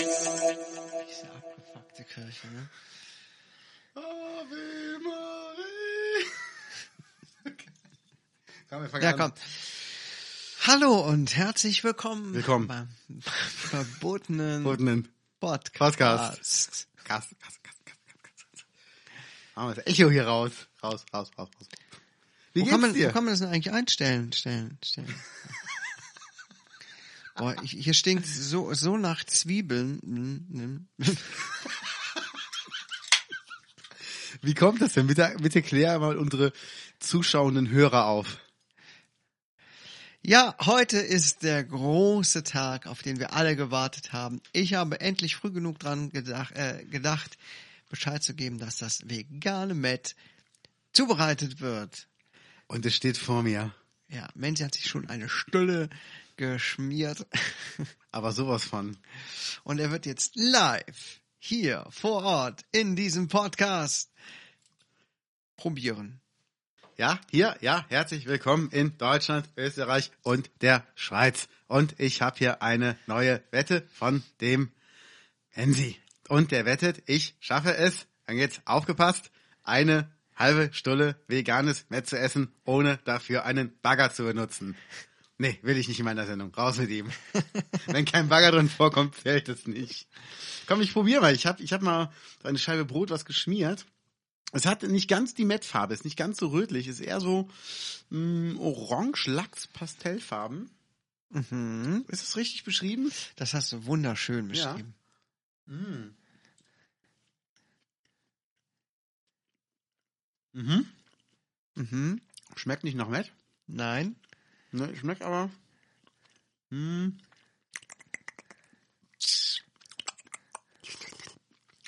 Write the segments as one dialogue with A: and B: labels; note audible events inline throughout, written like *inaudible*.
A: Diese abgefuckte Kirche, ne?
B: Ave Maria. *laughs* Komm, wir fangen
A: Ja,
B: an.
A: komm. Hallo und herzlich willkommen.
B: Willkommen.
A: Beim *laughs* verbotenen
B: Verbotenen
A: Podcast.
B: Podcast. Gas, Gas, Gas, Gas, Gas, Gas. Machen wir das Echo hier raus. Raus, raus, raus, raus. Wie
A: Wo
B: geht's
A: kann, man,
B: dir?
A: wo kann man das denn eigentlich einstellen? Stellen, stellen. *laughs* Boah, ich- hier stinkt so, so nach Zwiebeln.
B: Wie kommt das denn? Bitte, bitte klär mal unsere zuschauenden Hörer auf.
A: Ja, heute ist der große Tag, auf den wir alle gewartet haben. Ich habe endlich früh genug dran gedacht, äh, gedacht Bescheid zu geben, dass das vegane Met zubereitet wird.
B: Und es steht vor mir.
A: Ja, Menzi hat sich schon eine Stulle geschmiert *laughs*
B: Aber sowas von.
A: und er wird jetzt live hier vor Ort in diesem Podcast probieren.
B: Ja, hier, ja, herzlich willkommen in Deutschland, Österreich und der Schweiz. Und ich habe hier eine neue Wette von dem Hensi. Und der wettet, ich schaffe es, dann jetzt aufgepasst, eine halbe Stulle veganes Met zu essen, ohne dafür einen Bagger zu benutzen. Nee, will ich nicht in meiner Sendung. Raus mit ihm. Wenn kein Bagger drin vorkommt, fällt es nicht. Komm, ich probiere mal. Ich habe ich hab mal so eine Scheibe Brot was geschmiert. Es hat nicht ganz die Mettfarbe, ist nicht ganz so rötlich, ist eher so mm, mh, orange-lachs-Pastellfarben.
A: Mhm.
B: Ist das richtig beschrieben?
A: Das hast du wunderschön
B: Ja.
A: beschrieben.
B: Mm. Mhm.
A: Mhm.
B: Schmeckt nicht nach Mett.
A: Nein.
B: Ne, schmeckt aber. Mm.
A: Mhm.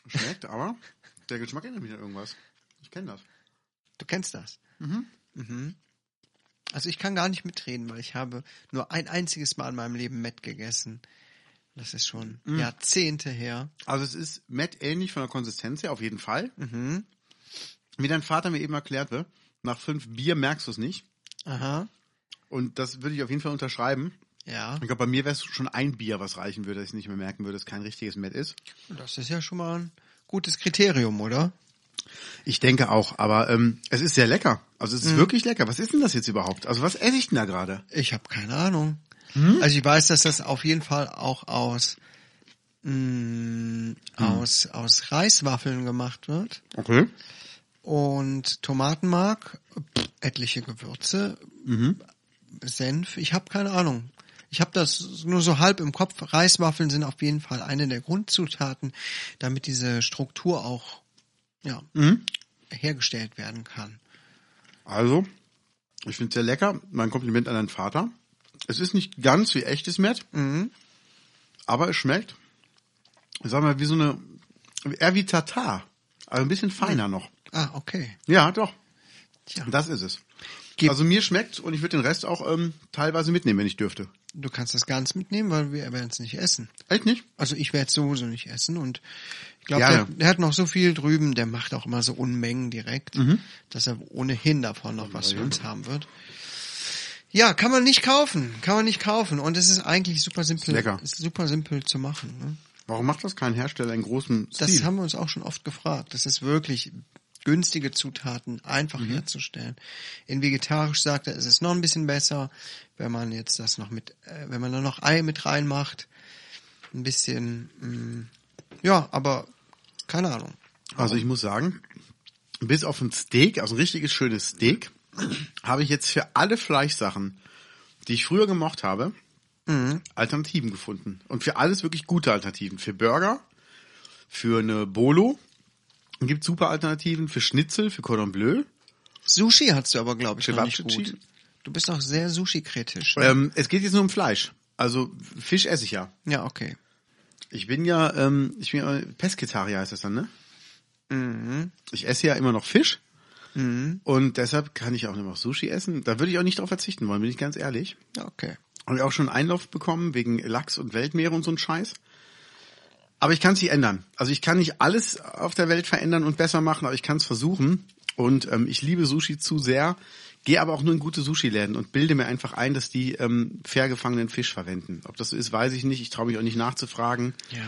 B: Schmeckt aber. Der Geschmack erinnert mich an irgendwas. Ich kenne das.
A: Du kennst das.
B: Mhm.
A: Mhm. Also ich kann gar nicht mitreden, weil ich habe nur ein einziges Mal in meinem Leben Met gegessen. Das ist schon Jahrzehnte her.
B: Also es ist Mett ähnlich von der Konsistenz her, auf jeden Fall.
A: Mhm.
B: Wie dein Vater mir eben erklärte, nach fünf Bier merkst du es nicht.
A: Aha.
B: Und das würde ich auf jeden Fall unterschreiben.
A: Ja.
B: Ich glaube, bei mir wäre es schon ein Bier, was reichen würde, dass ich nicht mehr merken würde, dass es kein richtiges Met ist.
A: Das ist ja schon mal ein gutes Kriterium, oder?
B: Ich denke auch, aber ähm, es ist sehr lecker. Also
A: Mhm.
B: es ist wirklich lecker. Was ist denn das jetzt überhaupt? Also was esse ich denn da gerade?
A: Ich habe keine Ahnung. Also ich weiß, dass das auf jeden Fall auch aus mh, aus aus Reiswaffeln gemacht wird
B: Okay.
A: und Tomatenmark, pff, etliche Gewürze, Senf. Ich habe keine Ahnung. Ich habe das nur so halb im Kopf. Reiswaffeln sind auf jeden Fall eine der Grundzutaten, damit diese Struktur auch ja hergestellt werden kann.
B: Also, ich finde es sehr lecker. Mein Kompliment an deinen Vater. Es ist nicht ganz wie echtes Met,
A: Mhm.
B: aber es schmeckt, sagen wir, wie so eine, eher wie Tatar. Also ein bisschen feiner noch.
A: Ah, okay.
B: Ja, doch.
A: Tja.
B: Das ist es.
A: Gib-
B: also mir schmeckt und ich würde den Rest auch ähm, teilweise mitnehmen, wenn ich dürfte.
A: Du kannst das ganz mitnehmen, weil wir werden es nicht essen.
B: Echt nicht?
A: Also ich werde sowieso nicht essen und ich glaube,
B: Gerne.
A: der, der hat noch so viel drüben, der macht auch immer so Unmengen direkt,
B: Mhm.
A: dass er ohnehin davon noch was für uns haben wird. Ja, kann man nicht kaufen, kann man nicht kaufen und es ist eigentlich super simpel,
B: lecker.
A: ist super simpel zu machen. Ne?
B: Warum macht das kein Hersteller in großem
A: Das
B: Stil?
A: haben wir uns auch schon oft gefragt. Das ist wirklich günstige Zutaten einfach herzustellen. In vegetarisch sagt er, es ist noch ein bisschen besser, wenn man jetzt das noch mit, äh, wenn man da noch Ei mit reinmacht. Ein bisschen, mh, ja, aber keine Ahnung.
B: also ich muss sagen, bis auf ein Steak, also ein richtiges schönes Steak, habe ich jetzt für alle Fleischsachen, die ich früher gemocht habe, Alternativen gefunden. Und für alles wirklich gute Alternativen. Für Burger, für eine Bolo, gibt super Alternativen, für Schnitzel, für Cordon Bleu.
A: Sushi hast du aber, glaube ich, noch nicht
B: Chewabschi-
A: gut. Du bist auch sehr Sushi-kritisch. ne?
B: Ähm, es geht jetzt nur um Fleisch. Also Fisch esse ich ja.
A: Ja, okay.
B: Ich bin ja, ähm, ich bin ja Pesketarier heißt das dann, ne? Ich esse ja immer noch Fisch, Und deshalb kann ich auch nur noch Sushi essen. Da würde ich auch nicht drauf verzichten wollen, bin ich ganz ehrlich.
A: Okay.
B: Habe ich auch schon Einlauf bekommen wegen Lachs und Weltmeere und so ein Scheiß. Aber ich kann es nicht ändern. Also ich kann nicht alles auf der Welt verändern und besser machen, aber ich kann es versuchen. Und ähm, ich liebe Sushi zu sehr, gehe aber auch nur in gute Sushi-Läden und bilde mir einfach ein, dass die ähm, fair gefangenen Fisch verwenden. Ob das so ist, weiß ich nicht. Ich traue mich auch nicht nachzufragen.
A: Ja.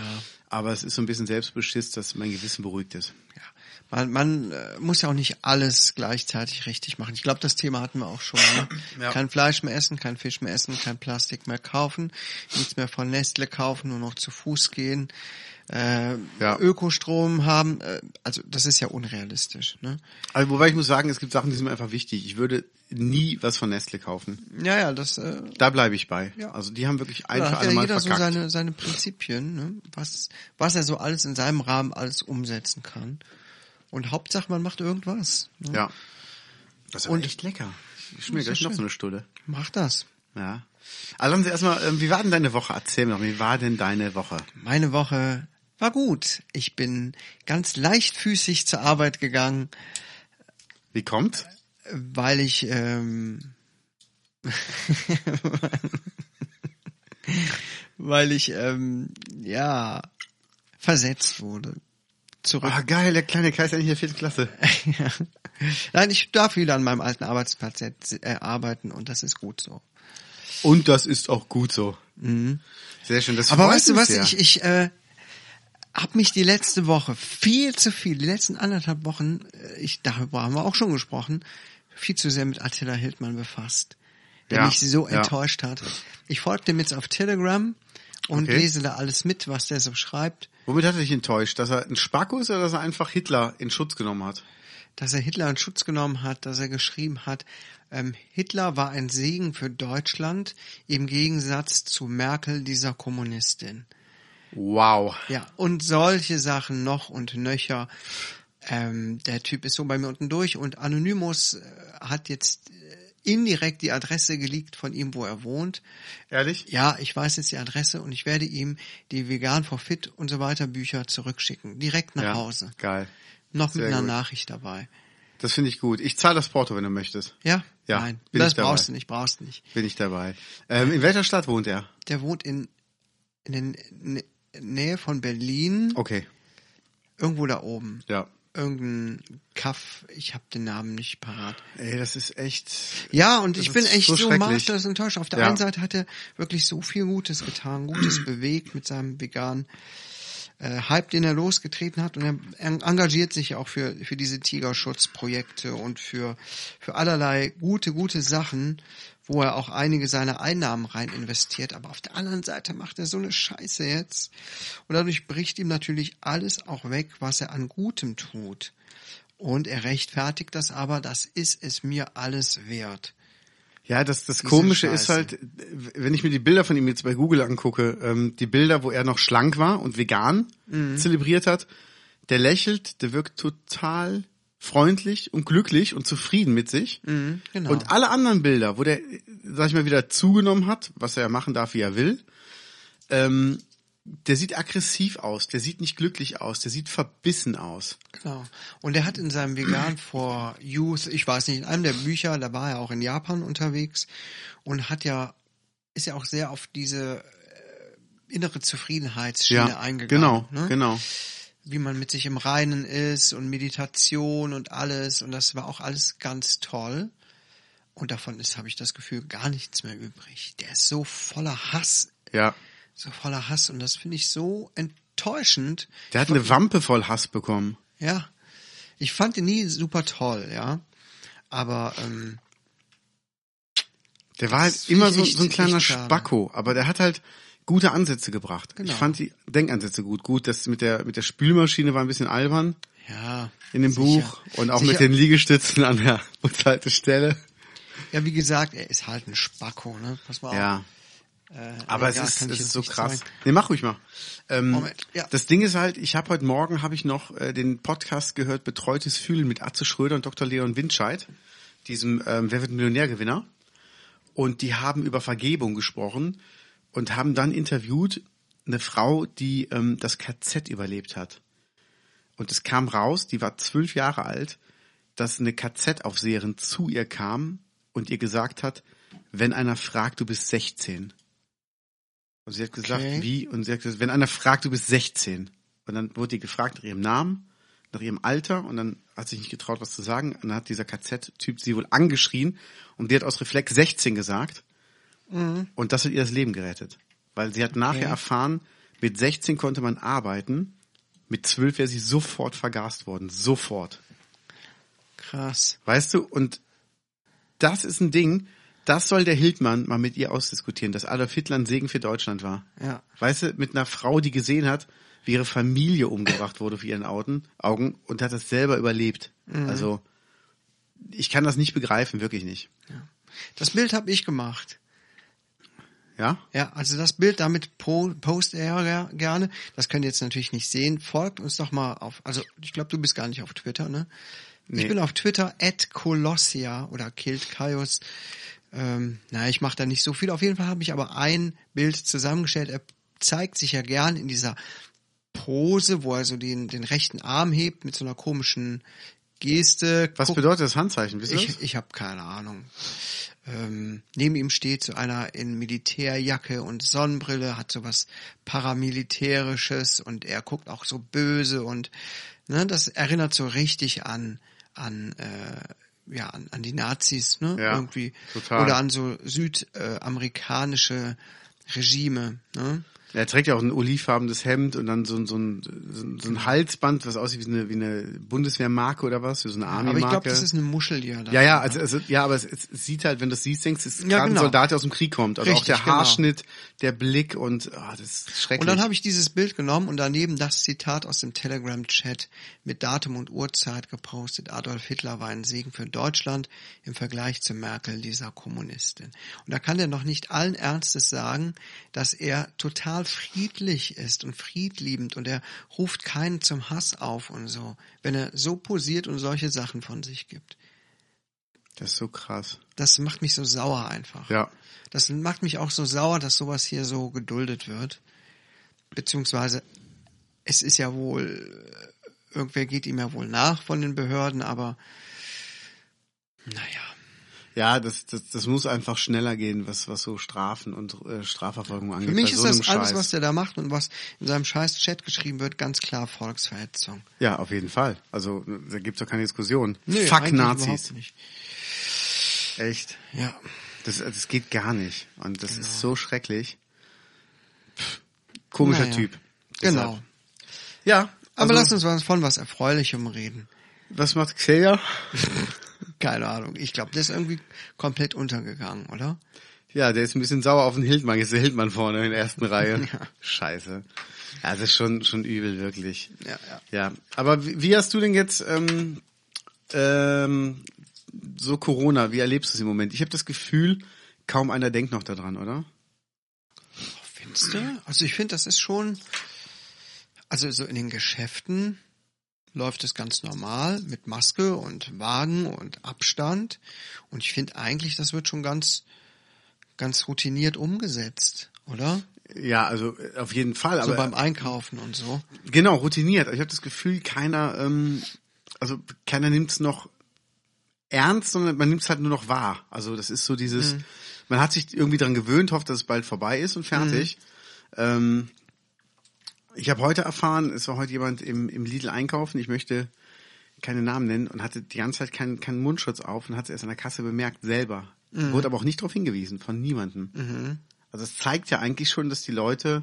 B: Aber es ist so ein bisschen Selbstbeschiss, dass mein Gewissen beruhigt ist.
A: Ja. Man, man äh, muss ja auch nicht alles gleichzeitig richtig machen. Ich glaube, das Thema hatten wir auch schon. Ne?
B: *clears throat* Ja.
A: Kein Fleisch mehr essen, kein Fisch mehr essen, kein Plastik mehr kaufen, nichts mehr von Nestle kaufen, nur noch zu Fuß gehen, äh,
B: Ja.
A: Ökostrom haben. Äh, also das ist ja unrealistisch. Ne?
B: Also, wobei ich muss sagen, es gibt Sachen, die sind mir einfach wichtig. Ich würde nie was von Nestle kaufen.
A: Ja, ja, das. Äh,
B: Da bleibe ich bei.
A: Ja.
B: Also die haben wirklich ein
A: da
B: für
A: hat
B: alle
A: ja
B: Mal
A: jeder so
B: verkackt.
A: seine, seine Prinzipien, ne? was, was er so alles in seinem Rahmen alles umsetzen kann. Und Hauptsache, man macht irgendwas. Ne?
B: ja. Das ist
A: Und-
B: und echt lecker. Ich schmier
A: Ist ja
B: gleich noch
A: schön.
B: so eine Stunde.
A: Mach das.
B: Ja. Also haben Sie erstmal, ähm, wie war denn deine Woche? Erzähl mir doch, wie war denn deine Woche?
A: Meine Woche war gut. Ich bin ganz leichtfüßig zur Arbeit gegangen,
B: Wie kommt?
A: weil ich ähm, *laughs* weil ich ähm, ja versetzt wurde zurück.
B: Ah, geil, der kleine Kaiser in der vierten Klasse.
A: *laughs* Ja. Nein, ich darf wieder an meinem alten Arbeitsplatz jetzt, äh, arbeiten und das ist gut so.
B: *laughs* Und das ist auch gut so. Mhm. Sehr schön. Das
A: Aber
B: freut
A: weißt du
B: mich
A: was,
B: sehr.
A: ich, ich äh, habe mich die letzte Woche viel zu viel, die letzten anderthalb Wochen, äh, ich darüber haben wir auch schon gesprochen, viel zu sehr mit Attila Hildmann befasst, der
B: Ja,
A: mich so
B: ja.
A: enttäuscht hat. Ich folge dem jetzt auf Telegram und
B: Okay.
A: lese da alles mit, was der so schreibt,
B: Womit hat er dich enttäuscht? Dass er ein Spacko ist oder dass er einfach Hitler in Schutz genommen hat?
A: dass er Hitler in Schutz genommen hat, dass er geschrieben hat, ähm, Hitler war ein Segen für Deutschland im Gegensatz zu Merkel, dieser Kommunistin.
B: Wow.
A: Ja, und solche Sachen noch und nöcher. Ähm, der Typ ist so bei mir unten durch und Anonymous äh, hat jetzt äh, indirekt die Adresse geleakt von ihm, wo er wohnt.
B: Ehrlich?
A: Ja, ich weiß jetzt die Adresse und ich werde ihm die Vegan for Fit und so weiter Bücher zurückschicken. Direkt nach
B: Ja.
A: Hause.
B: Geil.
A: Noch mit
B: Sehr
A: einer
B: gut.
A: Nachricht dabei.
B: Das finde ich gut. Ich zahle das Porto, wenn du möchtest.
A: Ja?
B: Ja,
A: Nein.
B: bin
A: das
B: ich dabei.
A: brauchst du nicht, brauchst du nicht.
B: Bin ich dabei. Ähm, in welcher Stadt wohnt er?
A: Der wohnt in, in der Nä- Nähe von Berlin,
B: Okay.
A: irgendwo da oben.
B: Ja.
A: Irgendein Kaff, ich habe den Namen nicht parat.
B: Ey, das ist echt.
A: Ja, und
B: Das
A: ich bin
B: ist
A: echt
B: so
A: so,
B: schrecklich.
A: maßlos enttäuscht. Auf der
B: Ja.
A: einen Seite hat er wirklich so viel Gutes getan, Gutes bewegt mit seinem veganen äh, Hype, den er losgetreten hat. Und er en- engagiert sich ja auch für, für diese Tigerschutzprojekte und für, für allerlei gute, gute Sachen, wo er auch einige seiner Einnahmen rein investiert. Aber auf der anderen Seite macht er so eine Scheiße jetzt. Und dadurch bricht ihm natürlich alles auch weg, was er an Gutem tut. Und er rechtfertigt das aber, das ist es mir alles wert.
B: Ja, das, das Komische
A: Scheiße.
B: ist halt, wenn ich mir die Bilder von ihm jetzt bei Google angucke, ähm, die Bilder, wo er noch schlank war und vegan
A: Mhm.
B: zelebriert hat, der lächelt, der wirkt total freundlich und glücklich und zufrieden mit sich.
A: Genau.
B: Und alle anderen Bilder, wo der, sag ich mal, wieder zugenommen hat, was er machen darf, wie er will, ähm, der sieht aggressiv aus, der sieht nicht glücklich aus, der sieht verbissen aus.
A: Genau. Und er hat in seinem Vegan for Youth, ich weiß nicht, in einem der Bücher, da war er auch in Japan unterwegs und hat ja, ist ja auch sehr auf diese äh, innere Zufriedenheitsschiene eingegangen.
B: genau,
A: ne?
B: genau.
A: Wie man mit sich im Reinen ist und Meditation und alles. Und das war auch alles ganz toll. Und davon ist, habe ich das Gefühl, gar nichts mehr übrig. Der ist so voller Hass,
B: Ja.
A: so voller Hass. Und das finde ich so enttäuschend.
B: Der hat eine Wampe voll Hass bekommen.
A: Ja. Ich fand ihn nie super toll, ja. Aber ähm,
B: Der war halt
A: Das
B: immer
A: finde
B: so,
A: ich
B: so ein
A: echt-
B: kleiner
A: echt schade.
B: Spacko, aber der hat halt gute Ansätze gebracht.
A: Genau.
B: Ich fand die Denkansätze gut. Gut, das mit der, mit der Spülmaschine war ein bisschen albern
A: ja.
B: in dem
A: sicher.
B: Buch und auch
A: sicher.
B: mit den Liegestützen an der *laughs* Bushaltestelle.
A: Ja, wie gesagt, er ist halt ein Spacko, ne? Pass mal auf.
B: Ja.
A: Äh,
B: Aber
A: egal,
B: es ist,
A: kann ich
B: es
A: jetzt
B: ist so
A: nicht
B: krass.
A: sagen.
B: Nee, mach ruhig mal. Ähm,
A: Moment, ja.
B: Das Ding ist halt, ich habe heute Morgen habe ich noch äh, den Podcast gehört, Betreutes Fühlen mit Atze Schröder und Dr. Leon Windscheid, diesem ähm, Wer wird Millionärgewinner. Und die haben über Vergebung gesprochen und haben dann interviewt eine Frau, die ähm, das KZ überlebt hat. Und es kam raus, die war zwölf Jahre alt, dass eine KZ-Aufseherin zu ihr kam und ihr gesagt hat, wenn einer fragt, du bist 16. Und sie hat gesagt,
A: Okay.
B: wie? Und sie hat gesagt, wenn einer fragt, du bist 16. Und dann wurde die gefragt nach ihrem Namen, nach ihrem Alter und dann hat sich nicht getraut, was zu sagen. Und dann hat dieser KZ-Typ sie wohl angeschrien und die hat aus Reflex 16 gesagt.
A: Mhm.
B: Und das hat ihr das Leben gerettet. Weil sie hat nachher erfahren, mit 16 konnte man arbeiten, mit 12 wäre sie sofort vergast worden. Sofort.
A: Krass.
B: Weißt du, und das ist ein Ding, das soll der Hildmann mal mit ihr ausdiskutieren, dass Adolf Hitler ein Segen für Deutschland war.
A: Ja.
B: Weißt du, mit einer Frau, die gesehen hat, wie ihre Familie umgebracht wurde für ihren Auten- Augen und hat das selber überlebt.
A: Mhm.
B: Also, ich kann das nicht begreifen, wirklich nicht.
A: Das Bild habe ich gemacht.
B: Ja?
A: Ja, also das Bild, damit po- post er ger- gerne. Das könnt ihr jetzt natürlich nicht sehen. Folgt uns doch mal auf, also ich glaube, du bist gar nicht auf Twitter, ne?
B: Nee.
A: Ich bin auf Twitter at Colossia oder Killed Kaios. Ähm, na, ich mache da nicht so viel. Auf jeden Fall habe ich aber ein Bild zusammengestellt. Er zeigt sich ja gern in dieser Pose, wo er so den, den rechten Arm hebt mit so einer komischen Geste.
B: Was
A: Guckt-
B: bedeutet das Handzeichen? Wisst ihr das?
A: ich, ich habe keine Ahnung. Ähm, neben ihm steht so einer in Militärjacke und Sonnenbrille, hat sowas paramilitärisches und er guckt auch so böse und ne, das erinnert so richtig an an äh, ja an, an die Nazis, ne?
B: Ja,
A: Irgendwie
B: total.
A: oder an so südamerikanische Regime, ne?
B: Er trägt ja auch ein olivfarbenes Hemd und dann so, ein- so, ein, so ein- so ein Halsband, was aussieht wie eine, wie eine Bundeswehrmarke oder was, wie so eine
A: Aber
B: Army-Marke.
A: ich glaube, das ist eine Muschel, die er da. ne?
B: Ja, ja, also, also ja, aber es, es sieht halt, wenn du es siehst, denkst, es ist
A: Ja,
B: gerade
A: genau.
B: ein Soldat, der aus dem Krieg kommt. Also auch
A: Richtig, genau.
B: der Haarschnitt, der Blick und ah, das ist schrecklich.
A: Und dann habe ich dieses Bild genommen und daneben das Zitat aus dem Telegram-Chat mit Datum und Uhrzeit gepostet. Adolf Hitler war ein Segen für Deutschland im Vergleich zu Merkel, dieser Kommunistin. Und da kann er noch nicht allen Ernstes sagen, dass er total friedlich ist und friedliebend und er ruft keinen zum Hass auf und so, wenn er so posiert und solche Sachen von sich gibt.
B: das ist so krass.
A: Das macht mich so sauer einfach.
B: Ja.
A: Das macht mich auch so sauer, dass sowas hier so geduldet wird. Beziehungsweise, es ist ja wohl, äh, irgendwer geht ihm ja wohl nach von den Behörden, aber naja.
B: Ja, das, das, das muss einfach schneller gehen, was, was so Strafen und äh, Strafverfolgung angeht.
A: Für mich
B: bei
A: ist
B: so einem
A: das alles,
B: Scheiß.
A: was der da macht und was in seinem scheiß Chat geschrieben wird, ganz klar Volksverhetzung.
B: Ja, auf jeden Fall. Also da gibt's doch keine Diskussion.
A: Nee,
B: Fuck
A: eigentlich überhaupt
B: Nazis.
A: Nicht.
B: Echt.
A: Ja.
B: Das, das geht gar nicht. Und das
A: Genau.
B: ist so schrecklich. Pff, komischer
A: Naja.
B: Typ. Deshalb.
A: Genau.
B: Ja.
A: Aber lass
B: also,
A: uns mal von was Erfreulichem reden. *laughs*
B: Was macht Xavier?
A: Keine Ahnung. Ich glaube, der ist irgendwie komplett untergegangen, oder?
B: Ja, der ist ein bisschen sauer auf den Hildmann. Jetzt ist der Hildmann vorne in der ersten *laughs* Reihe. Scheiße. Ja, das ist schon, schon übel, wirklich.
A: Ja, ja.
B: Ja, aber wie, wie hast du denn jetzt ähm, ähm, so Corona, wie erlebst du es im Moment? Ich habe das Gefühl, kaum einer denkt noch daran, oder?
A: Findest du? Also ich finde, das ist schon, also so in den Geschäften läuft es ganz normal mit Maske und Wagen und Abstand. Und ich finde eigentlich, das wird schon ganz, ganz routiniert umgesetzt, oder?
B: Ja, also äh, auf jeden Fall.
A: So
B: Aber
A: beim Einkaufen und so.
B: genau, routiniert. Ich habe das Gefühl, keiner, ähm, also keiner nimmt es noch ernst, sondern man nimmt es halt nur noch wahr. Also das ist so dieses, man hat sich irgendwie dran gewöhnt, hofft, dass es bald vorbei ist und fertig. Ähm, ich habe heute erfahren, es war heute jemand im, im Lidl einkaufen, ich möchte keine Namen nennen und hatte die ganze Zeit keinen, keinen Mundschutz auf und hat es erst an der Kasse bemerkt, selber. Wurde aber auch nicht darauf hingewiesen, von niemandem. Also es zeigt ja eigentlich schon, dass die Leute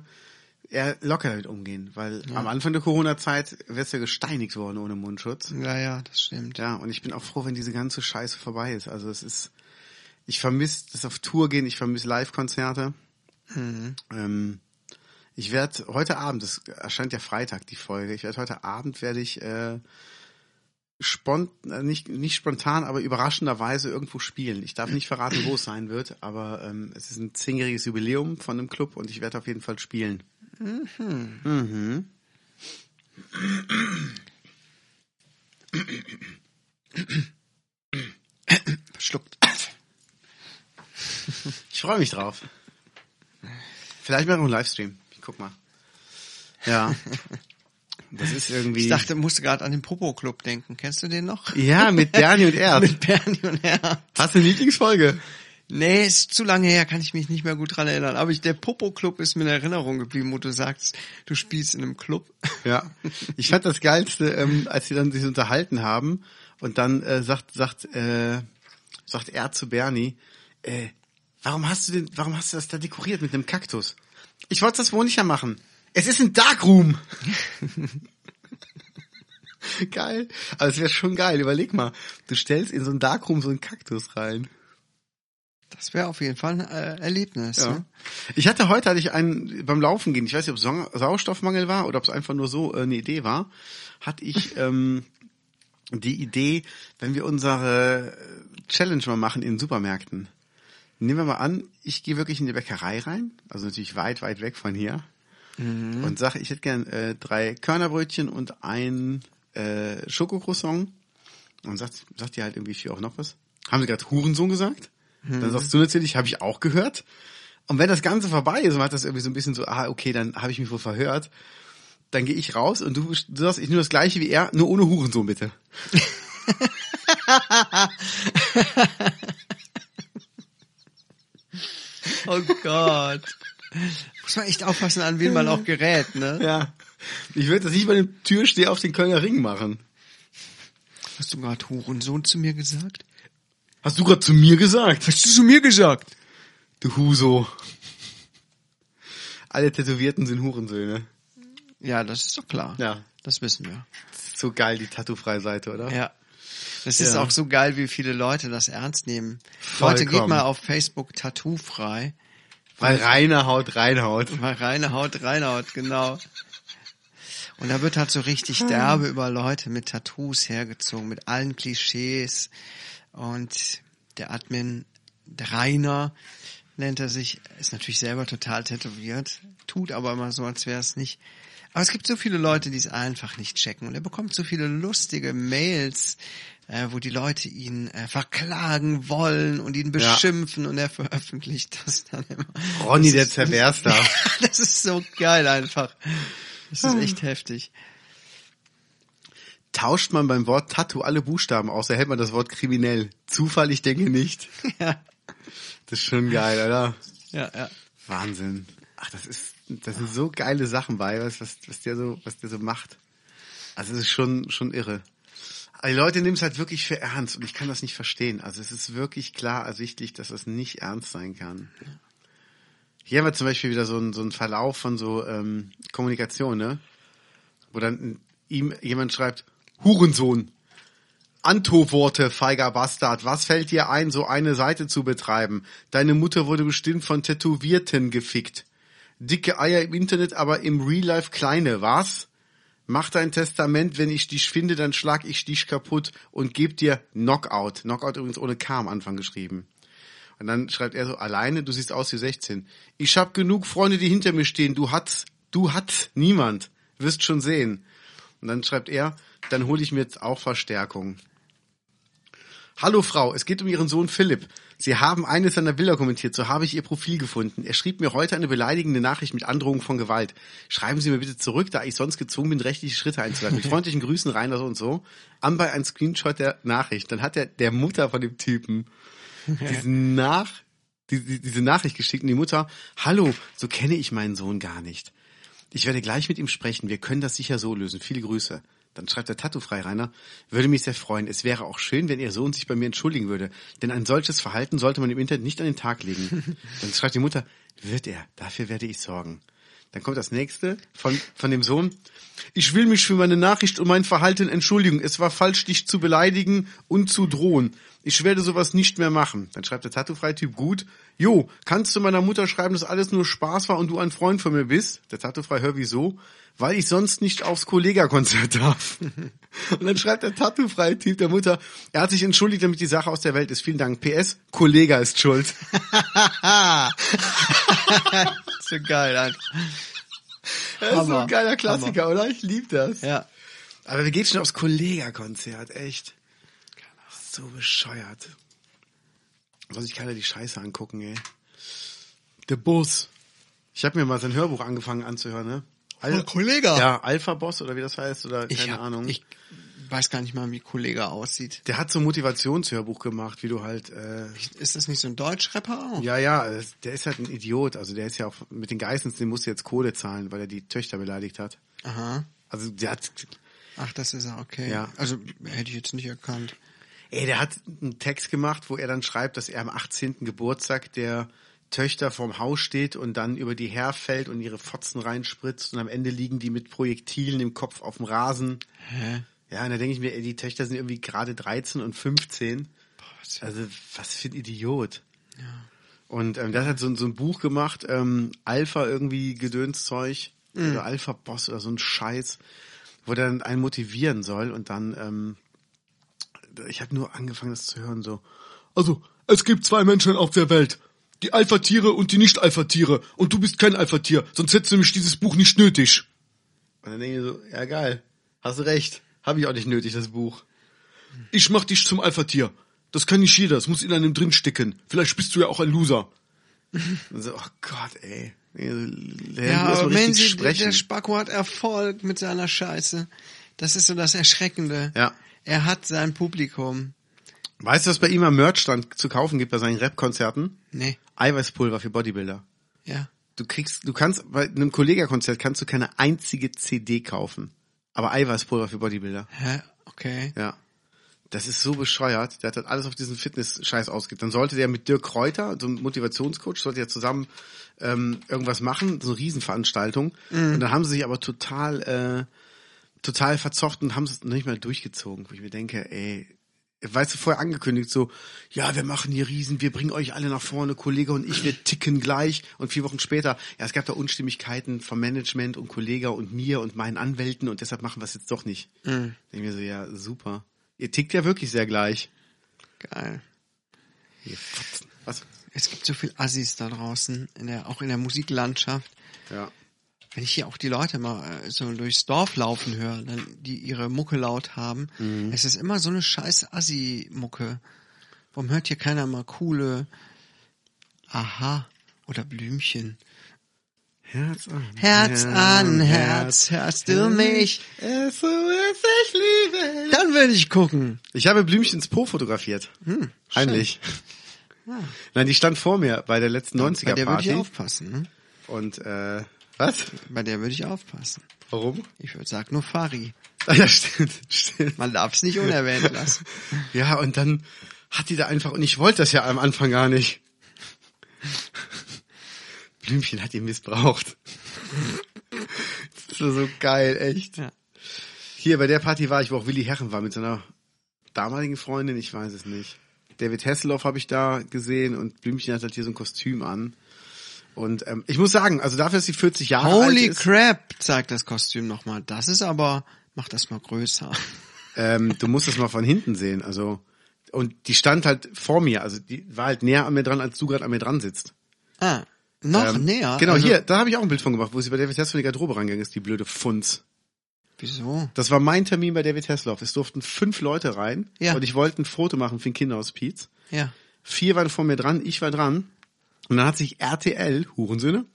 B: eher locker damit umgehen, weil am Anfang der Corona-Zeit wärst du ja gesteinigt worden ohne Mundschutz.
A: Ja, ja, das stimmt.
B: Ja, und ich bin auch froh, wenn diese ganze Scheiße vorbei ist. Also es ist, ich vermisse das auf Tour gehen, ich vermisse Live-Konzerte. Ähm, ich werde heute Abend, das erscheint ja Freitag die Folge, ich werde heute Abend werde ich äh, spont äh, nicht, nicht spontan, aber überraschenderweise irgendwo spielen. Ich darf nicht verraten, wo es sein wird, aber ähm, es ist ein zehnjähriges Jubiläum von einem Club und ich werde auf jeden Fall spielen.
A: Verschluckt.
B: Ich freue mich drauf. Vielleicht mache ich einen Livestream. Ich guck mal. Ja. Das ist irgendwie.
A: Ich dachte, musste gerade an den Popo-Club denken. Kennst du den noch?
B: ja, mit Bernie und Erd.
A: Mit Bernie und Herr.
B: Hast du eine Lieblingsfolge?
A: Nee, ist zu lange her, kann ich mich nicht mehr gut dran erinnern. Aber ich, der Popo-Club ist mir in Erinnerung geblieben, wo du sagst, du spielst in einem Club.
B: Ja. Ich fand das Geilste, ähm, als sie dann sich unterhalten haben und dann äh, sagt, sagt, äh, sagt er zu Bernie, äh, warum hast du den, warum hast du das da dekoriert mit einem Kaktus? Ich wollte das wohnlicher machen. Es ist ein Darkroom. *laughs* geil. Aber es wäre schon geil. Überleg mal. Du stellst in so ein Darkroom so einen Kaktus rein.
A: Das wäre auf jeden Fall ein äh, Erlebnis.
B: Ja.
A: Ne?
B: Ich hatte heute hatte ich einen beim Laufen gehen. Ich weiß nicht, ob es Sau- Sauerstoffmangel war oder ob es einfach nur so äh, eine Idee war. Hatte ich ähm, die Idee, wenn wir unsere Challenge mal machen in Supermärkten. Nehmen wir mal an, ich gehe wirklich in die Bäckerei rein, also natürlich weit, weit weg von hier, und sage, ich hätte gern äh, drei Körnerbrötchen und ein äh, Schokocroissant. Und sagt, sagt die halt irgendwie viel auch noch was. Haben sie gerade Hurensohn gesagt? Dann sagst du natürlich, habe ich auch gehört. Und wenn das Ganze vorbei ist und man hat das irgendwie so ein bisschen so, ah, okay, dann habe ich mich wohl verhört, dann gehe ich raus und du, du sagst, ich nehme das gleiche wie er, nur ohne Hurensohn bitte.
A: Oh Gott. *laughs* Muss man echt aufpassen, an wen man auch gerät, ne?
B: Ja. Ich würde das nicht bei dem Türsteher auf den Kölner Ring machen.
A: Hast du gerade Hurensohn zu mir gesagt?
B: Hast du gerade zu mir gesagt?
A: Hast du zu mir gesagt?
B: Du Huso. Alle Tätowierten sind Hurensöhne.
A: Ja, das ist doch klar.
B: Ja.
A: Das wissen wir.
B: So geil, die Tattoo-Freiseite, oder?
A: Ja. Das ist
B: Ja.
A: auch so geil, wie viele Leute das ernst nehmen. Leute, geht
B: Vollkommen.
A: mal auf Facebook Tattoo frei.
B: Weil reiner Haut reinhaut.
A: Mal reine Haut, Reinhaut, genau. Und da wird halt so
B: Ah.
A: richtig derbe über Leute mit Tattoos hergezogen, mit allen Klischees. Und der Admin, der Rainer, nennt er sich, ist natürlich selber total tätowiert, tut aber immer so, als wäre es nicht. Aber es gibt so viele Leute, die es einfach nicht checken. Und er bekommt so viele lustige Mails, äh, wo die Leute ihn äh, verklagen wollen und ihn beschimpfen und er veröffentlicht das dann immer.
B: Ronny,
A: Das
B: der
A: ist- das-
B: Zerberster.
A: *laughs* das ist so geil einfach. Das ist echt heftig.
B: Tauscht man beim Wort Tattoo alle Buchstaben aus, da hält man das Wort kriminell. Zufall, ich denke nicht.
A: Ja,
B: Das ist schon geil, oder?
A: ja, ja. *laughs*
B: Wahnsinn. Ach, das ist, das sind so geile Sachen bei, was, was, was der so, was der so macht. Also es ist schon, schon irre. Aber die Leute nehmen es halt wirklich für ernst und ich kann das nicht verstehen. Also es ist wirklich klar ersichtlich, dass das nicht ernst sein kann. Hier haben wir zum Beispiel wieder so einen, so einen Verlauf von so ähm, Kommunikation, ne? Wo dann ihm jemand schreibt, Hurensohn, Antoworte, feiger Bastard. Was fällt dir ein, so eine Seite zu betreiben? Deine Mutter wurde bestimmt von Tätowierten gefickt. Dicke Eier im Internet, aber im Real Life kleine. Was? Mach dein Testament, wenn ich dich finde, dann schlag ich dich kaputt und geb dir Knockout. Knockout übrigens ohne K am Anfang geschrieben. Und dann schreibt er so, alleine, du siehst aus wie 16. Ich hab genug Freunde, die hinter mir stehen. Du hat's, du hat's niemand. Wirst schon sehen. Und dann schreibt er, dann hole ich mir jetzt auch Verstärkung. Hallo Frau, es geht um Ihren Sohn Philipp. Sie haben eines seiner Bilder kommentiert, so habe ich Ihr Profil gefunden. Er schrieb mir heute eine beleidigende Nachricht mit Androhung von Gewalt. Schreiben Sie mir bitte zurück, da ich sonst gezwungen bin, rechtliche Schritte einzuleiten. Mit freundlichen Grüßen, Rainer so und so. Anbei ein Screenshot der Nachricht. Dann hat er der Mutter von dem Typen diesen Nach, die, die, diese Nachricht geschickt und die Mutter, hallo, so kenne ich meinen Sohn gar nicht. Ich werde gleich mit ihm sprechen. Wir können das sicher so lösen. Viele Grüße. Dann schreibt der Tattoo-frei Rainer, würde mich sehr freuen. Es wäre auch schön, wenn Ihr Sohn sich bei mir entschuldigen würde. Denn ein solches Verhalten sollte man im Internet nicht an den Tag legen. Dann schreibt die Mutter, wird er. Dafür werde ich sorgen. Dann kommt das nächste von, von dem Sohn. Ich will mich für meine Nachricht und mein Verhalten entschuldigen. Es war falsch, dich zu beleidigen und zu drohen. Ich werde sowas nicht mehr machen. Dann schreibt der Tattoo-Frei-Typ gut. Jo, kannst du meiner Mutter schreiben, dass alles nur Spaß war und du ein Freund von mir bist? Der Tattoo-Frei hör wieso? Weil ich sonst nicht aufs Kollega-Konzert darf. *laughs* und dann schreibt der Tattoo-Frei-Typ der Mutter, er hat sich entschuldigt, damit die Sache aus der Welt ist. Vielen Dank. PS, Kollega ist schuld. *laughs*
A: So geil einfach.
B: Das ist so
A: Hammer.
B: ein geiler Klassiker, oder? Ich lieb das.
A: Ja.
B: Aber wir gehen schon aufs Kollega-Konzert, echt. So bescheuert. Soll sich keiner die Scheiße angucken, ey. Der Bus. Ich habe mir mal sein Hörbuch angefangen anzuhören, ne?
A: Al Kollege.
B: Ja, Alpha Boss oder wie das heißt oder keine
A: ich hab,
B: Ahnung.
A: Ich weiß gar nicht mal, wie Kollege aussieht.
B: der hat so ein Motivationshörbuch gemacht, wie du halt äh,
A: Ist das nicht so ein Deutschrapper auch?
B: ja, ja, es- der ist halt ein Idiot, also der ist ja auch mit den Geissens, den musste jetzt Kohle zahlen, weil er die Töchter beleidigt hat.
A: Aha.
B: Also der hat
A: Ach, das ist er, okay.
B: Ja.
A: Also hätte ich jetzt nicht erkannt.
B: Ey, der hat einen Text gemacht, wo er dann schreibt, dass er am 18. Geburtstag der Töchter vorm Haus steht und dann über die Herr fällt und ihre Fotzen reinspritzt und am Ende liegen die mit Projektilen im Kopf auf dem Rasen.
A: Hä?
B: Ja, und da denke ich mir, ey, die Töchter sind irgendwie gerade 13 und 15.
A: was-
B: Also, was für ein Idiot. Und ähm, das hat so, ein- so ein Buch gemacht, ähm, Alpha irgendwie Gedönszeug oder Alpha Boss oder so ein Scheiß, wo der dann einen motivieren soll und dann ähm, ich habe nur angefangen, das zu hören, so. Also, es gibt zwei Menschen auf der Welt. Die Alpha-Tiere und die Nicht-Alpha-Tiere. Und du bist kein Alpha-Tier, sonst hättest du nämlich dieses Buch nicht nötig. Und dann denke ich so, ja geil, hast recht. Habe ich auch nicht nötig, das Buch. Ich mach dich zum Alpha-Tier. Das kann nicht jeder, das muss in einem drinstecken. Vielleicht bist du ja auch ein Loser. Und so, oh Gott, ey.
A: Ja, aber wenn sie, der
B: sprechen.
A: Spacko hat Erfolg mit seiner Scheiße. Das ist so das Erschreckende.
B: Ja.
A: Er hat sein Publikum.
B: Weißt du, was bei ihm am Merchstand zu kaufen gibt bei seinen Rap-Konzerten?
A: Nee,
B: Eiweißpulver für Bodybuilder.
A: ja.
B: Du kriegst, du kannst bei einem Kollegakonzert kannst du keine einzige CD kaufen, aber Eiweißpulver für Bodybuilder.
A: Hä? Okay.
B: Ja, das ist so bescheuert. Der hat halt alles auf diesen Fitness-Scheiß ausgibt. Dann sollte der mit Dirk Kräuter, so einem Motivationscoach, sollte ja zusammen ähm, irgendwas machen, so eine Riesenveranstaltung. Und dann haben sie sich aber total, äh, total verzocht und haben es noch nicht mal durchgezogen, wo ich mir denke, ey. Weißt du, vorher angekündigt so, ja, wir machen hier Riesen, wir bringen euch alle nach vorne, Kollege und ich, wir ticken gleich. Und vier Wochen später, ja, es gab da Unstimmigkeiten vom Management und Kollege und mir und meinen Anwälten und deshalb machen wir es jetzt doch nicht. Mhm. Ich mir so, ja, super. Ihr tickt ja wirklich sehr gleich.
A: Geil.
B: Ihr Fotzen. Was?
A: Es gibt so viel Assis da draußen, in der, auch in der Musiklandschaft.
B: Ja.
A: Wenn ich hier auch die Leute mal äh, so durchs Dorf laufen höre, dann, die ihre Mucke laut haben, es ist immer so eine scheiß Assi-Mucke. Warum hört hier keiner mal coole Aha oder Blümchen?
B: Herz an.
A: Herz an Herz, hörst du mich?
B: SOS, ich liebe.
A: Dann würde ich gucken.
B: Ich habe Blümchens Po fotografiert.
A: Hm,
B: Heimlich. Nein, die stand vor mir bei der letzten
A: Bei der würde ich
B: 90er-Party.
A: aufpassen. Ne?
B: Und, äh, was?
A: Bei der würde ich aufpassen.
B: Warum? *laughs*
A: Ich würde sagen, nur Fari.
B: Ah, ja, stimmt, stimmt.
A: Man darf es nicht unerwähnt lassen.
B: Ja, und dann hat die da einfach, und ich wollte das ja am Anfang gar nicht. Blümchen hat ihn missbraucht. Das war so geil, echt.
A: Ja.
B: Hier bei der Party war ich, wo auch Willi Herren war, mit seiner damaligen Freundin, ich weiß es nicht. David Hasselhoff habe ich da gesehen und Blümchen hat halt hier so ein Kostüm an. Und ähm, ich muss sagen, also dafür, dass sie 40 Jahre alt
A: Holy
B: ist,
A: crap, zeigt das Kostüm nochmal. Das ist aber, mach das mal größer. *laughs*
B: ähm, du musst es mal von hinten sehen. Also und die stand halt vor mir, also die war halt näher an mir dran, als du gerade an mir dran sitzt.
A: Ah, noch
B: Ähm,
A: näher.
B: Genau,
A: Also,
B: hier, da habe ich auch ein Bild von gemacht, wo sie bei David Hasselhoff in die Garderobe reingegangen ist, die blöde Funz.
A: Wieso?
B: Das war mein Termin bei David Hasselhoff. Es durften fünf Leute rein
A: Ja.
B: und ich wollte ein Foto machen für den Kinderhospiz.
A: Ja.
B: Vier waren vor mir dran, ich war dran. Und dann hat sich RTL, Hurensöhne,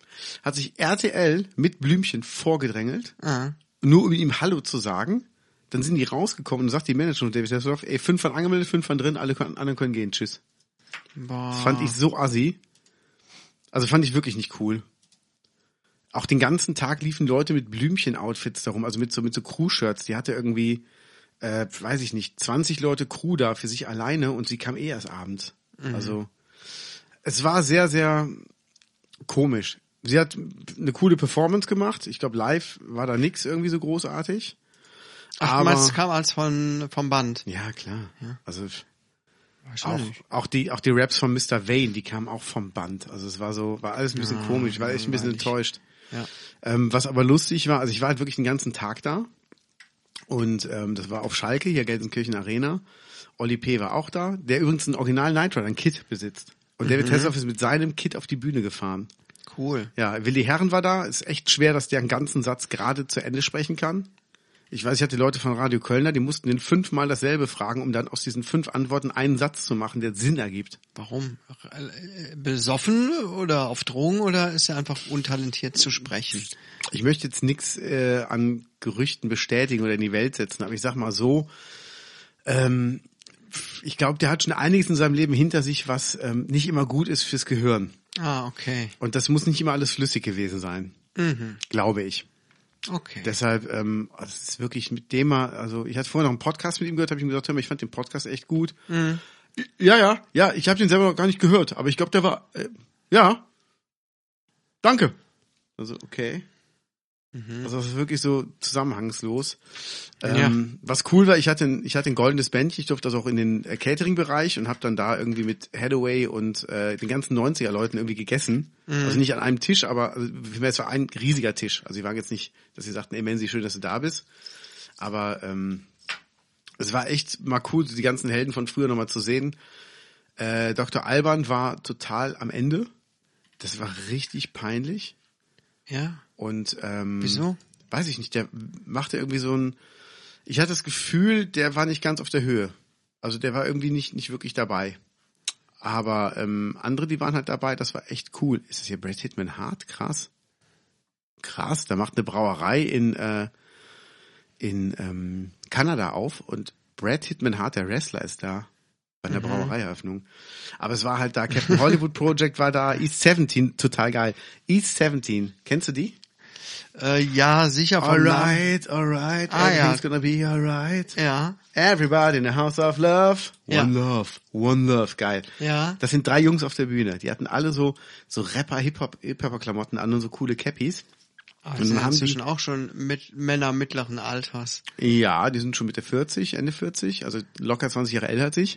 B: hat sich RTL mit Blümchen vorgedrängelt,
A: Ah.
B: nur um ihm Hallo zu sagen. Dann sind die rausgekommen und sagt die Managerin David Hasselhoff, ey, fünf waren angemeldet, fünf waren drin, alle können- anderen können gehen, tschüss.
A: Boah.
B: Fand ich so assi. Also fand ich wirklich nicht cool. Auch den ganzen Tag liefen Leute mit Blümchen-Outfits darum, also mit so, mit so Crew-Shirts. Die hatte irgendwie, äh, weiß ich nicht, 20 Leute Crew da für sich alleine und sie kam eh erst abends. Also, es war sehr, sehr komisch. Sie hat eine coole Performance gemacht. Ich glaube, live war da nix irgendwie so großartig.
A: Ach, du meinst,
B: aber-
A: es kam als von, vom Band.
B: Ja, klar. Also, auch,
A: Wahrscheinlich.
B: auch die auch die Raps von Mr. Vane, die kamen auch vom Band. Also es war so, war alles ein bisschen komisch, war echt ein bisschen
A: langweilig.
B: enttäuscht.
A: Ja.
B: Ähm, was aber lustig war, also ich war halt wirklich den ganzen Tag da und ähm, das war auf Schalke, hier Gelsenkirchen Arena. Oli P. war auch da, der übrigens einen Original Night Rider, ein Kit besitzt. Und David Hasselhoff ist mit seinem Kit auf die Bühne gefahren.
A: Cool.
B: Ja, Willi Herren war da. Ist echt schwer, dass der einen ganzen Satz gerade zu Ende sprechen kann. Ich weiß, ich hatte Leute von Radio Kölner, die mussten den fünfmal dasselbe fragen, um dann aus diesen fünf Antworten einen Satz zu machen, der Sinn ergibt.
A: Warum? Äh, Besoffen oder auf Drogen oder ist er einfach untalentiert zu sprechen?
B: Ich möchte jetzt nichts äh, an Gerüchten bestätigen oder in die Welt setzen, aber ich sag mal so, ähm, ich glaube, der hat schon einiges in seinem Leben hinter sich, was ähm, nicht immer gut ist fürs Gehirn.
A: Ah, okay. Mhm.
B: Und das muss nicht immer alles flüssig gewesen sein, glaube ich.
A: Okay.
B: Deshalb, ähm, das ist wirklich mit dem mal, also ich hatte vorher noch einen Podcast mit ihm gehört, habe ich ihm gesagt, hör mal, ich fand den Podcast echt gut.
A: Mhm.
B: Ja, ja, ja, ich habe den selber noch gar nicht gehört, aber ich glaube, der war, äh, ja, danke. Also, okay. Also das ist wirklich so zusammenhangslos. Ähm, Was cool war, ich hatte, ein, ich hatte ein goldenes Bändchen, ich durfte das auch in den äh, Catering-Bereich und habe dann da irgendwie mit Hathaway und äh, den ganzen 90er-Leuten irgendwie gegessen. Also nicht an einem Tisch, aber also, vielmehr, es war ein riesiger Tisch. Also sie waren jetzt nicht, dass sie sagten, ey Menzi, schön, dass du da bist. Aber ähm, es war echt mal cool, die ganzen Helden von früher nochmal zu sehen. Äh, Dr. Alban war total am Ende. Das war richtig peinlich.
A: Ja.
B: Und ähm,
A: Wieso?
B: Weiß ich nicht. Der machte irgendwie so ein. Ich hatte das Gefühl, der war nicht ganz auf der Höhe. Also der war irgendwie nicht nicht wirklich dabei. Aber ähm, andere, die waren halt dabei. Das war echt cool. Ist das hier Brad Hitman Hart? Krass. Krass. Da macht eine Brauerei in äh, in ähm, Kanada auf und Brad Hitman Hart, der Wrestler, ist da bei einer Brauereieröffnung. Aber es war halt da, Captain Hollywood Project war da, East 17, total geil. East 17, kennst du die? Mhm.
A: Äh, ja, sicher vom Namen.
B: Alright, alright,
A: Ah, ja.
B: everything's gonna be alright.
A: Ja.
B: Everybody in the house of love. One
A: Ja.
B: love, one love, geil.
A: Ja.
B: Das sind drei Jungs auf der Bühne. Die hatten alle so, so Rapper, Hip-Hop, Hip-Hop-Klamotten an und so coole Cappies.
A: Aber
B: Und
A: sind
B: haben
A: Also inzwischen
B: die-
A: auch schon mit Männer mittleren Alters.
B: Ja, die sind schon Mitte 40, Ende 40, also locker 20 Jahre älter als ich.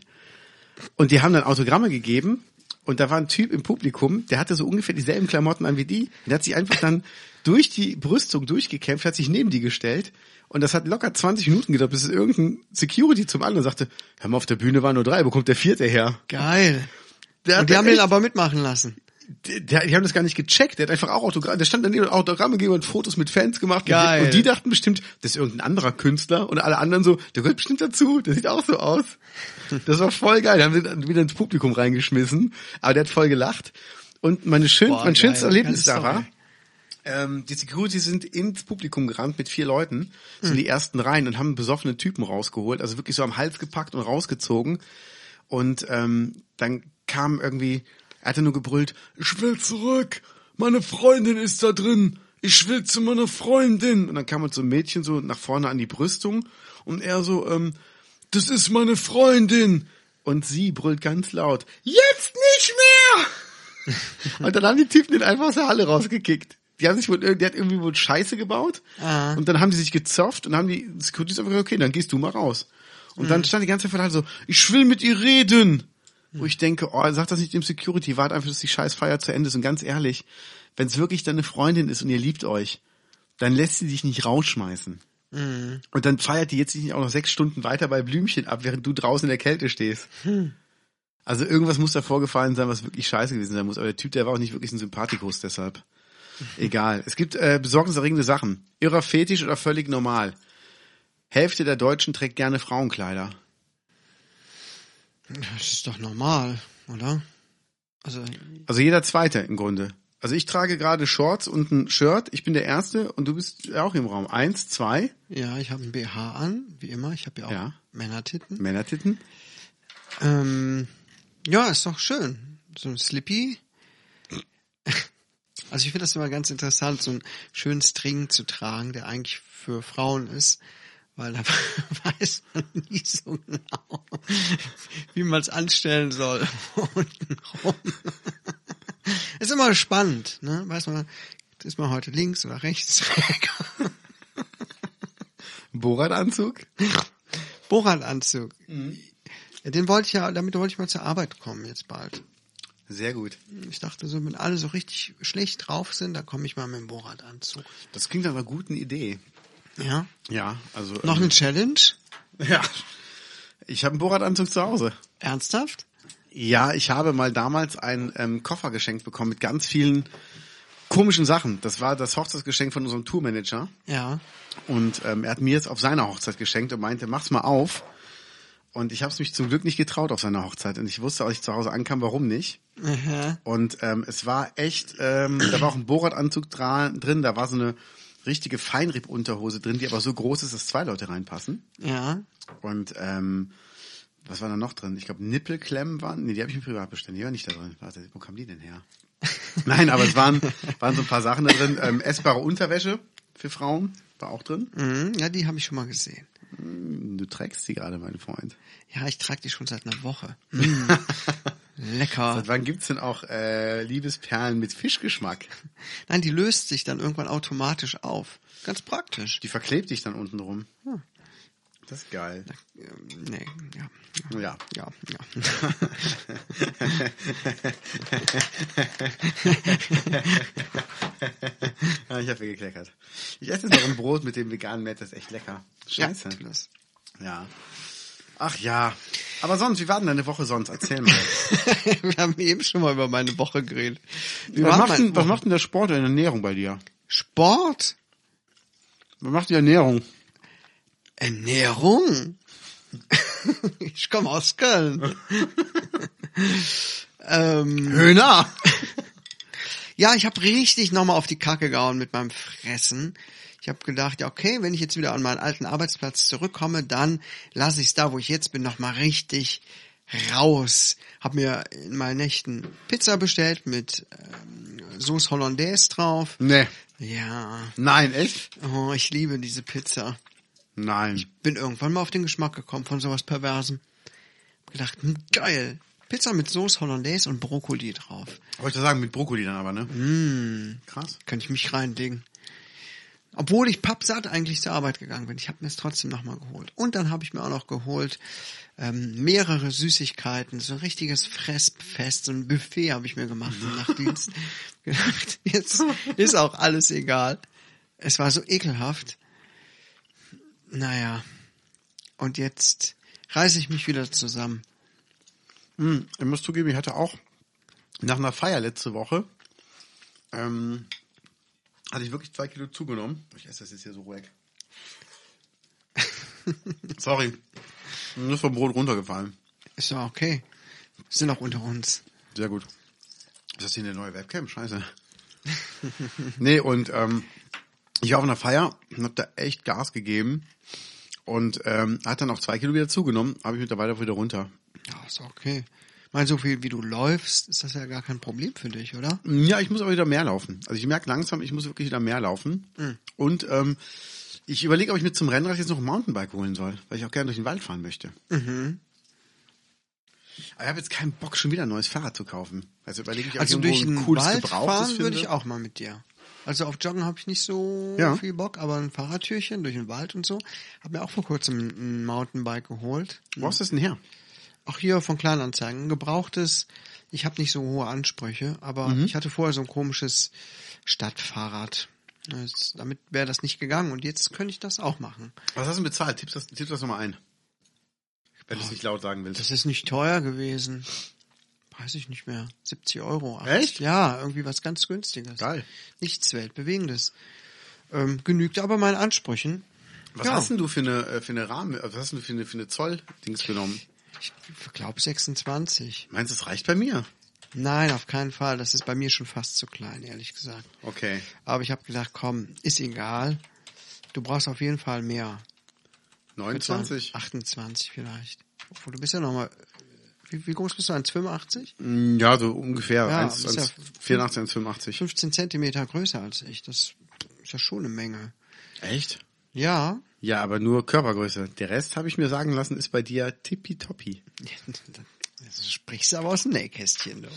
B: Und die haben dann Autogramme gegeben. Und da war ein Typ im Publikum, der hatte so ungefähr dieselben Klamotten an wie die. Der hat sich einfach dann durch die Brüstung durchgekämpft, hat sich neben die gestellt. Und das hat locker 20 Minuten gedauert, bis es irgendein Security zum anderen sagte, hör mal, auf der Bühne waren nur drei, wo kommt der vierte her?
A: Geil.
B: Der
A: Und die
B: hat
A: haben
B: echt-
A: ihn aber mitmachen lassen.
B: die, die haben das gar nicht gecheckt. Der hat einfach auch Autogramme, der stand daneben und hat Autogramme gegeben und Fotos mit Fans gemacht.
A: Geil.
B: Und die dachten bestimmt, das ist irgendein anderer Künstler und alle anderen so, der gehört bestimmt dazu, der sieht auch so aus. Das war voll geil. Da haben sie dann wieder ins Publikum reingeschmissen, aber der hat voll gelacht. Und meine schön,
A: Boah,
B: mein schönstes
A: geil.
B: Erlebnis
A: Geile
B: da war,
A: Story.
B: ähm, die Security sind ins Publikum gerannt mit vier Leuten, sind die ersten rein und haben besoffene Typen rausgeholt, also wirklich so am Hals gepackt und rausgezogen. Und ähm, dann kam irgendwie, er hatte nur gebrüllt, ich will zurück, meine Freundin ist da drin, ich will zu meiner Freundin. Und dann kam uns so ein Mädchen so nach vorne an die Brüstung und er so, ähm, das ist meine Freundin. Und sie brüllt ganz laut, jetzt nicht mehr! Und dann haben die Typen den einfach aus der Halle rausgekickt. Die haben sich wohl, irg- der hat irgendwie wohl Scheiße gebaut.
A: Ah.
B: Und dann haben die sich gezofft und haben die Securities einfach gesagt, okay, dann gehst du mal raus. Und dann stand die ganze Zeit vor der Halle so, ich will mit ihr reden. Wo ich denke, oh, sag das nicht dem Security, wart einfach, dass die Scheißfeier zu Ende ist. Und ganz ehrlich, wenn es wirklich deine Freundin ist und ihr liebt euch, dann lässt sie dich nicht rausschmeißen. Und dann feiert die jetzt nicht auch noch sechs Stunden weiter bei Blümchen ab, während du draußen in der Kälte stehst. Also irgendwas muss da vorgefallen sein, was wirklich scheiße gewesen sein muss. Aber der Typ, der war auch nicht wirklich ein Sympathikus, deshalb. Egal. Es gibt äh, besorgniserregende Sachen. Irrer Fetisch oder völlig normal. Hälfte der Deutschen trägt gerne Frauenkleider.
A: Das ist doch normal, oder? Also,
B: Also jeder Zweite im Grunde. Also ich trage gerade Shorts und ein Shirt. Ich bin der Erste und du bist auch im Raum. Eins, zwei
A: ja, ich habe einen BH an, wie immer. Ich habe ja auch
B: Ja.
A: Männertitten.
B: Männertitten.
A: Ähm, ja, ist doch schön. So ein Slippy. *laughs* Also ich finde das immer ganz interessant, so einen schönen String zu tragen, der eigentlich für Frauen ist, weil da *laughs* weiß man nie so genau, *laughs* wie man es anstellen soll. *laughs* Untenrum. *laughs* Ist immer spannend, ne? Weiß man, ist man heute links oder rechts? *laughs*
B: Borat-Anzug.
A: Borat-Anzug. Den wollte ich ja, damit wollte ich mal zur Arbeit kommen jetzt bald.
B: Sehr gut.
A: Ich dachte so, wenn alle so richtig schlecht drauf sind, dann komme ich mal mit dem Borat-Anzug.
B: Das klingt nach einer guten Idee.
A: Ja.
B: Ja, also.
A: Noch eine Challenge?
B: ähm, Ja. Ich habe einen Borat-Anzug zu Hause.
A: Ernsthaft?
B: Ja, ich habe mal damals einen ähm, Koffer geschenkt bekommen mit ganz vielen komischen Sachen. Das war das Hochzeitsgeschenk von unserem Tourmanager.
A: Ja.
B: Und ähm, er hat mir es auf seiner Hochzeit geschenkt und meinte, mach's mal auf. Und ich habe es mich zum Glück nicht getraut auf seiner Hochzeit. Und ich wusste, als ich zu Hause ankam, warum nicht. Und ähm, es war echt, ähm, da war auch ein Borat-Anzug dra- drin, da war so eine richtige Feinripp-Unterhose drin, die aber so groß ist, dass zwei Leute reinpassen.
A: Ja.
B: Und ähm, was war da noch drin? Ich glaube, Nippelklemmen waren. Nee, die habe ich mir privat bestellt. Die waren nicht da drin. Warte, wo kam die denn her? Nein, aber es waren, waren so ein paar Sachen da drin. Ähm, essbare Unterwäsche für Frauen war auch drin.
A: Mhm, ja, die habe ich schon mal gesehen.
B: Du trägst sie gerade, mein Freund.
A: Ja, ich trage die schon seit einer Woche. Mm.
B: *laughs*
A: Lecker.
B: Seit wann gibt's denn auch äh, Liebesperlen mit Fischgeschmack?
A: Nein, die löst sich dann irgendwann automatisch auf. Ganz praktisch.
B: Die verklebt dich dann unten rum. Das ist geil.
A: Ähm, Nee, ja.
B: Ja.
A: Ja,
B: *laughs*
A: ja.
B: Ah, Ich habe gekleckert. Ich esse jetzt noch ein Brot mit dem veganen Met, das ist echt lecker. Scheiße.
A: Ja, tu das.
B: Ja. Ach ja. Aber sonst, wie war denn deine Woche sonst? Erzähl mal.
A: *laughs* Wir haben eben schon mal über meine Woche geredet. Wir
B: was,
A: waren
B: macht denn,
A: mal-
B: was macht denn der Sport in der Ernährung bei dir?
A: Sport?
B: Was macht die Ernährung?
A: Ernährung? ich komme aus Köln. ähm,
B: Höhner!
A: ja, ich habe richtig nochmal auf die Kacke gehauen mit meinem Fressen. Ich habe gedacht, ja okay, wenn ich jetzt wieder an meinen alten Arbeitsplatz zurückkomme, dann lasse ich es da, wo ich jetzt bin, nochmal richtig raus. Hab mir in meinen Nächten Pizza bestellt mit ähm, Sauce Hollandaise drauf.
B: Nee.
A: Ja,
B: Nein, echt?
A: oh, ich liebe diese Pizza.
B: Nein.
A: bin irgendwann mal auf den Geschmack gekommen von sowas Perversem. Hab gedacht, hm, geil. Pizza mit Soße Hollandaise und Brokkoli drauf.
B: Wollte ich sagen, mit Brokkoli dann aber, ne? Krass.
A: Könnte ich mich reinlegen. Obwohl ich pappsatt eigentlich zur Arbeit gegangen bin. Ich habe mir es trotzdem nochmal geholt. Und dann habe ich mir auch noch geholt ähm, mehrere Süßigkeiten. So ein richtiges Fressfest, so ein Buffet habe ich mir gemacht im Nachtdienst. *laughs* gedacht, jetzt ist auch alles egal. Es war so ekelhaft. Naja. Und jetzt reiße ich mich wieder zusammen.
B: Hm, ich muss zugeben, ich hatte auch nach einer Feier letzte Woche, ähm, hatte ich wirklich zwei Kilo zugenommen. Ich esse das jetzt hier so *laughs* weg. Sorry. Mir ist vom Brot runtergefallen.
A: Ist doch okay. Sind auch unter uns.
B: Sehr gut. Ist das hier eine neue Webcam? Scheiße. *laughs* nee, und ähm, ich war auf einer Feier und hab da echt Gas gegeben und ähm, hat dann auch zwei Kilo wieder zugenommen, habe ich mittlerweile auch wieder runter.
A: Ja, ist okay. Ich meine, so viel wie du läufst, ist das ja gar kein Problem für dich, oder?
B: Ja, ich muss aber wieder mehr laufen. Also ich merke langsam, ich muss wirklich wieder mehr laufen.
A: Mhm.
B: Und ähm, ich überlege, ob ich mir zum Rennrad jetzt noch ein Mountainbike holen soll, weil ich auch gerne durch den Wald fahren möchte.
A: Mhm.
B: Aber ich habe jetzt keinen Bock, schon wieder ein neues Fahrrad zu kaufen. Also überlege ich, ob
A: Also
B: ich
A: durch
B: irgendwo
A: den
B: ein cooles
A: Wald
B: Gebrauchtes
A: fahren würde
B: finde.
A: ich auch mal mit dir. Also auf Joggen habe ich nicht so
B: Ja.
A: viel Bock, aber ein Fahrradtürchen durch den Wald und so. Hab mir auch vor kurzem ein Mountainbike geholt.
B: Wo hast du das denn her?
A: Auch hier von Kleinanzeigen. Ein Gebrauchtes, ich habe nicht so hohe Ansprüche, aber
B: Mhm.
A: ich hatte vorher so ein komisches Stadtfahrrad. Das, damit wäre das nicht gegangen und jetzt könnte ich das auch machen.
B: Was hast du denn bezahlt? Tipp das, tipp das nochmal ein. Wenn du es nicht laut sagen willst.
A: Das ist nicht teuer gewesen. Weiß ich nicht mehr. 70 Euro.
B: Echt?
A: Ja, irgendwie was ganz Günstiges.
B: Geil.
A: Nichts Weltbewegendes. Ähm, genügt aber meinen Ansprüchen.
B: Was
A: Ja.
B: hast denn du für eine, äh, für eine Rahmen, äh, was hast denn du für eine, für eine Zoll-Dings genommen?
A: Ich glaube 26.
B: Meinst du, es reicht bei mir?
A: Nein, auf keinen Fall. Das ist bei mir schon fast zu klein, ehrlich gesagt.
B: Okay.
A: Aber ich habe gedacht, komm, ist egal. Du brauchst auf jeden Fall mehr.
B: 29?
A: 28 vielleicht. Obwohl, du bist ja nochmal... Wie, wie groß bist du? 1,85?
B: Mm, Ja, so ungefähr.
A: Ja,
B: 1,
A: ist
B: 1,
A: ja-
B: 84, 1, 85.
A: 15 Zentimeter größer als ich. Das ist ja schon eine Menge.
B: Echt?
A: Ja,
B: Ja, aber nur Körpergröße. Der Rest, habe ich mir sagen lassen, ist bei dir tippitoppi.
A: Das sprichst du aber aus dem Nähkästchen. Du.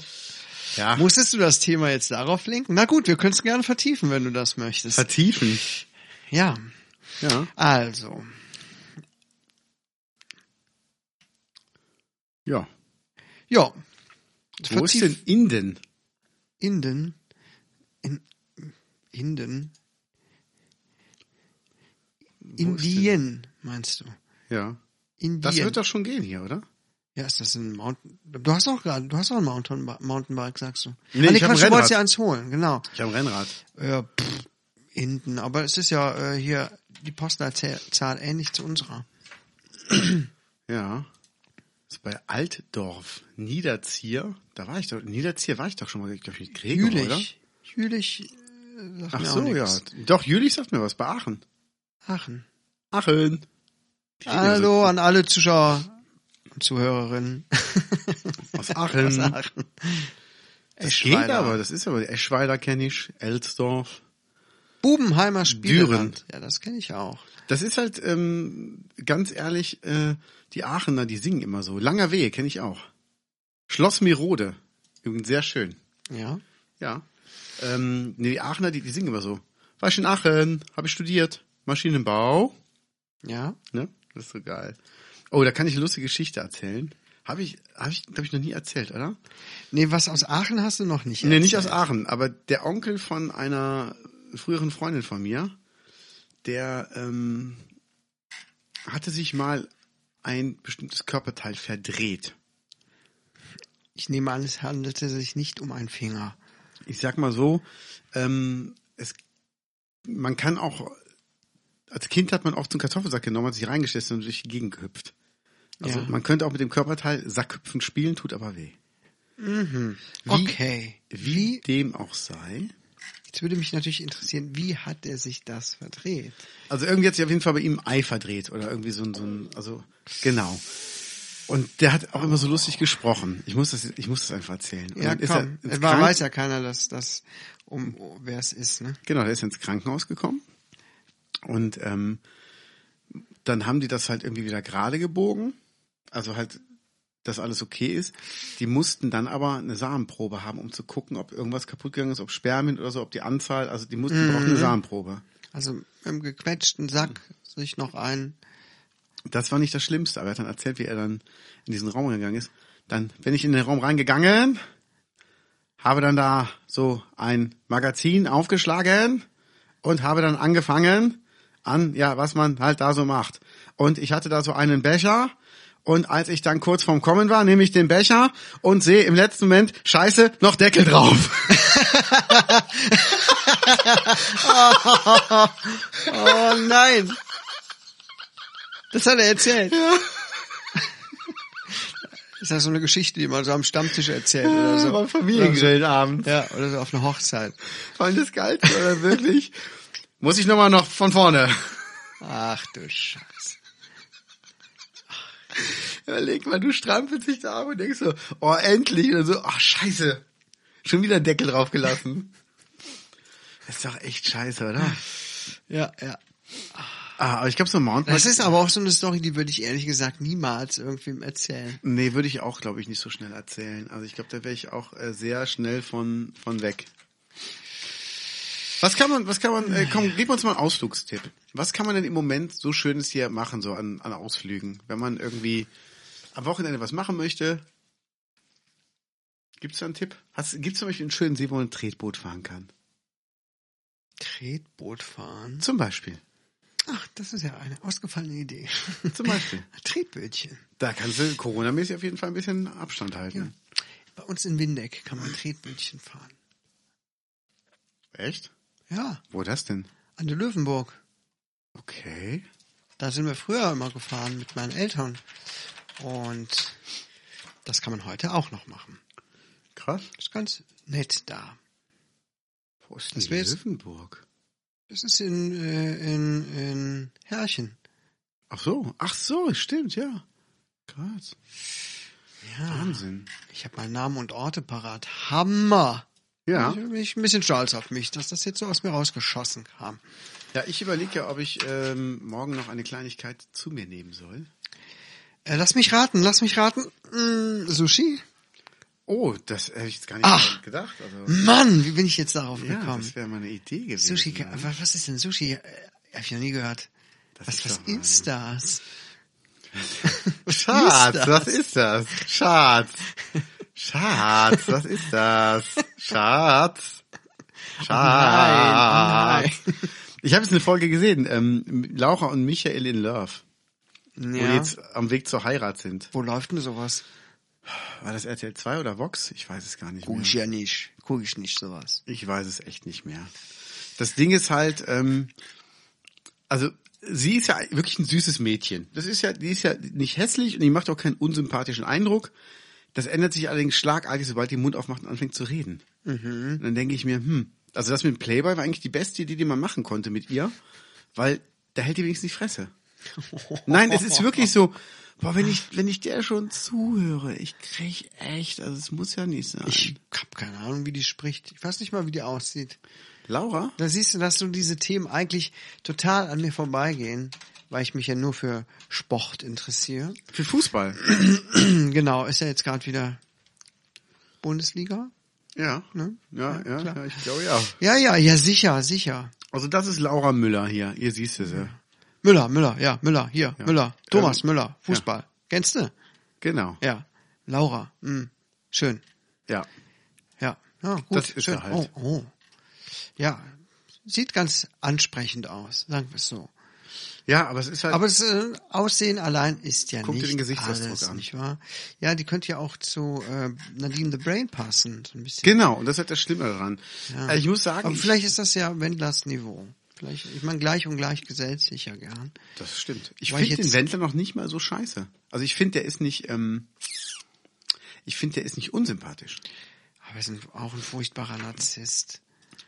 B: Ja.
A: Musstest du das Thema jetzt darauf lenken? Na gut, wir können es gerne vertiefen, wenn du das möchtest.
B: vertiefen.
A: ja,
B: Ja.
A: also.
B: Ja.
A: Ja.
B: Wo ist denn Inden?
A: Inden. In, Inden.
B: denn-
A: Indien, meinst du?
B: Ja.
A: Indien.
B: Das wird doch schon gehen hier, oder?
A: Ja, ist das ein Mountain? Du hast auch gerade, du hast auch ein Mountain Mountainbike, sagst du?
B: Nee,
A: Ah,
B: ich hab ein
A: Quatsch, du wolltest
B: Rennrad.
A: ja eins holen, genau.
B: Ich habe ein Rennrad.
A: Ja, pff, hinten. Aber es ist ja äh, hier die Postleitzahl ähnlich zu unserer.
B: Ja. Ist bei Altdorf, Niederzieher. Da war ich doch. Niederzieher war ich doch schon mal, ich glaube, mit Gregor, oder?
A: Jülich. Jülich äh, sagt
B: Ach
A: mir
B: so,
A: auch
B: ja.
A: nichts.
B: Doch, Jülich sagt mir was, bei Aachen.
A: Aachen.
B: Aachen. Die reden ja
A: Hallo an alle Zuschauer und Zuhörerinnen.
B: So aus *laughs*
A: *laughs*
B: Aachen.
A: Aus Aachen.
B: Das
A: Eschweiler.
B: geht aber, das ist aber Eschweiler kenne ich, Elsdorf.
A: Bubenheimer Spielland. Ja, das kenne ich auch.
B: Das ist halt, ähm, ganz ehrlich, äh, die Aachener, die singen immer so. Langer Wehe kenne ich auch. Schloss Mirode. Übrigens sehr schön.
A: Ja.
B: Ja. Ähm, nee, die Aachener, die, die singen immer so. War ich in Aachen, habe ich studiert. Maschinenbau.
A: Ja.
B: Ne? Das ist so geil. Oh, da kann ich eine lustige Geschichte erzählen. Habe ich, habe ich, glaube ich, noch nie erzählt, oder?
A: Nee, was aus Aachen hast du noch nicht.
B: Nee, nicht
A: erzählt.
B: aus Aachen, aber der Onkel von einer früheren Freundin von mir, der ähm, hatte sich mal ein bestimmtes Körperteil verdreht.
A: Ich nehme an, es handelte sich nicht um einen Finger.
B: ich sag mal so, ähm, es, man kann auch, als Kind hat man oft so einen Kartoffelsack genommen, hat sich reingeschissen und durch die Gegend gehüpft. Also
A: Ja.
B: man könnte auch mit dem Körperteil Sackhüpfen spielen, tut aber weh. Wie-
A: Okay.
B: Wie
A: Wie?
B: dem auch sei.
A: Jetzt würde mich natürlich interessieren, wie hat er sich das verdreht?
B: Also irgendwie hat sich auf jeden Fall bei ihm ein Ei verdreht oder irgendwie so ein, so ein also genau. Und der hat auch immer so lustig gesprochen. Ich muss das, ich muss das einfach erzählen. Und
A: Ja,
B: dann ist
A: komm.
B: er
A: Es
B: ins
A: war,
B: Kranken-
A: weiß ja keiner, dass das um oh, wer es ist, ne?
B: Genau, der ist ins Krankenhaus gekommen. Und ähm, dann haben die das halt irgendwie wieder gerade gebogen. Also halt, dass alles okay ist. Die mussten dann aber eine Samenprobe haben, um zu gucken, ob irgendwas kaputt gegangen ist, ob Spermien oder so, ob die Anzahl, also die mussten brauchen eine Samenprobe.
A: Also mit einem gequetschten Sack sich noch ein.
B: Das war nicht das Schlimmste, aber er hat dann erzählt, wie er dann in diesen Raum gegangen ist. Dann bin ich in den Raum reingegangen, habe dann da so ein Magazin aufgeschlagen und habe dann angefangen an, ja, was man halt da so macht. Und ich hatte da so einen Becher und als ich dann kurz vorm Kommen war, nehme ich den Becher und sehe im letzten Moment, scheiße, noch Deckel drauf.
A: Oh nein! Das hat er erzählt. Ist das so eine Geschichte, die man so am Stammtisch erzählt oder
B: *laughs*
A: so?
B: Beim Familiengrillenabend.
A: Ja, oder so auf einer Hochzeit.
B: Fand das geil, oder wirklich? Muss ich nochmal noch von vorne.
A: Ach du Scheiße.
B: Überleg mal, du strampelst dich da ab und denkst so, oh, endlich. Und dann so, ach, scheiße. Schon wieder einen Deckel draufgelassen. *laughs* Das ist doch echt scheiße, oder?
A: Ja, ja.
B: Ah, aber ich glaube, so ein Mountainbike...
A: Das ist aber auch so eine Story, die würde ich ehrlich gesagt niemals irgendwem erzählen.
B: nee, würde ich auch, glaube ich, nicht so schnell erzählen. Also ich glaube, da wäre ich auch äh, sehr schnell von, von weg. Was kann man, was kann man, äh, komm, gib uns mal einen Ausflugstipp. Was kann man denn im Moment so Schönes hier machen, so an, an Ausflügen? Wenn man irgendwie am Wochenende was machen möchte, gibt's da einen Tipp? Hast, gibt's zum Beispiel einen schönen See, wo man ein Tretboot fahren kann?
A: Tretboot fahren?
B: Zum Beispiel.
A: Ach, das ist ja eine ausgefallene Idee.
B: Zum Beispiel.
A: Tretbötchen.
B: Da kannst du Corona-mäßig auf jeden Fall ein bisschen Abstand halten.
A: Bei uns in Windeck kann man Tretbötchen fahren.
B: Echt?
A: Ja,
B: Wo das denn?
A: an der Löwenburg.
B: Okay.
A: Da sind wir früher immer gefahren mit meinen Eltern. Und das kann man heute auch noch machen.
B: Krass.
A: Ist ganz nett da.
B: Wo ist
A: Das
B: denn
A: wär's.
B: Löwenburg?
A: Das ist in, äh, in, in Herrchen.
B: Ach so, ach so, stimmt, ja. Krass.
A: Ja.
B: Wahnsinn.
A: Ich habe meinen Namen und Orte parat. Hammer!
B: Ja.
A: Ich bin ich ein bisschen stolz auf mich, dass das jetzt so aus mir rausgeschossen kam.
B: Ja, ich überlege ja, ob ich ähm, morgen noch eine Kleinigkeit zu mir nehmen soll.
A: Äh, lass mich raten, lass mich raten. Mm, Sushi?
B: Oh, das hätte ich jetzt gar nicht
A: Ach.
B: gedacht. Also,
A: Mann, wie bin ich jetzt darauf
B: ja,
A: gekommen?
B: das wäre mal eine Idee gewesen. ne?
A: Sushi,
B: ja.
A: was, was ist denn Sushi? Äh, hab ich noch nie gehört.
B: Das
A: was
B: ist
A: was
B: doch mal-
A: ist das?
B: Schatz,
A: Ist das?
B: was ist das? *laughs* Schatz. Schatz, was ist das? Schatz. Schatz.
A: nein, oh nein.
B: Ich habe jetzt eine Folge gesehen, ähm, Laura und Michael in Love. Wo die jetzt am Weg zur Heirat sind.
A: Wo läuft denn sowas?
B: War das RTL 2 oder Vox? Ich weiß es gar nicht
A: Guck
B: mehr.
A: ich ja nicht. Guck ich nicht *laughs* sowas.
B: Ich weiß es echt nicht mehr. Das Ding ist halt, ähm, also sie ist ja wirklich ein süßes Mädchen. Das ist ja, die ist ja nicht hässlich und die macht auch keinen unsympathischen Eindruck. Das ändert sich allerdings schlagartig, sobald die den Mund aufmacht und anfängt zu reden. Und dann denke ich mir, hm, also das mit dem Playboy war eigentlich die beste Idee, die man machen konnte mit ihr, weil da hält die wenigstens die Fresse. Nein, es ist wirklich so. Boah, wenn ich, wenn ich der schon zuhöre, ich krieg echt, also es muss ja nicht sein.
A: Ich hab keine Ahnung, wie die spricht. Ich weiß nicht mal, wie die aussieht.
B: Laura?
A: Da siehst du, dass so diese Themen eigentlich total an mir vorbeigehen, weil ich mich ja nur für Sport interessiere. *clears throat*
B: Für Fußball.
A: genau, ist ja jetzt gerade wieder Bundesliga.
B: Ja,
A: Ne?
B: ja, ja, ja, ich glaube ja.
A: Ja, ja, ja, sicher, sicher.
B: Also das ist Laura Müller hier, ihr siehst es ja.
A: Müller, Müller, ja, Müller, hier,
B: Ja.
A: Müller, Thomas
B: Ähm,
A: Müller, Fußball. Kennst du?
B: Genau. Ja.
A: Ja. Laura, hm, schön. Ja, ja gut,
B: Das ist
A: schön.
B: er halt.
A: Oh, oh. Ja, sieht ganz ansprechend aus, sagen wir es so.
B: Ja, aber es ist halt
A: Aber das äh, Aussehen allein ist ja
B: Guck dir
A: nicht
B: den Gesichtsausdruck
A: alles,
B: an.
A: nicht wahr? Ja, die könnte ja auch zu äh, Nadine the Brain passen, so ein bisschen.
B: genau, und das ist halt das Schlimme daran. Äh, Ich muss sagen,
A: Aber
B: ich-
A: vielleicht ist das ja Wendlers Niveau. Vielleicht, ich meine, gleich und gleich gesellt sich ja gern.
B: das stimmt. Ich
A: Weil ich
B: finde den
A: jetzt-
B: Wendler noch nicht mal so scheiße. Also ich finde, der ist nicht, ähm, ich finde, der ist nicht unsympathisch.
A: Aber er ist ein, auch ein furchtbarer Narzisst. Hm,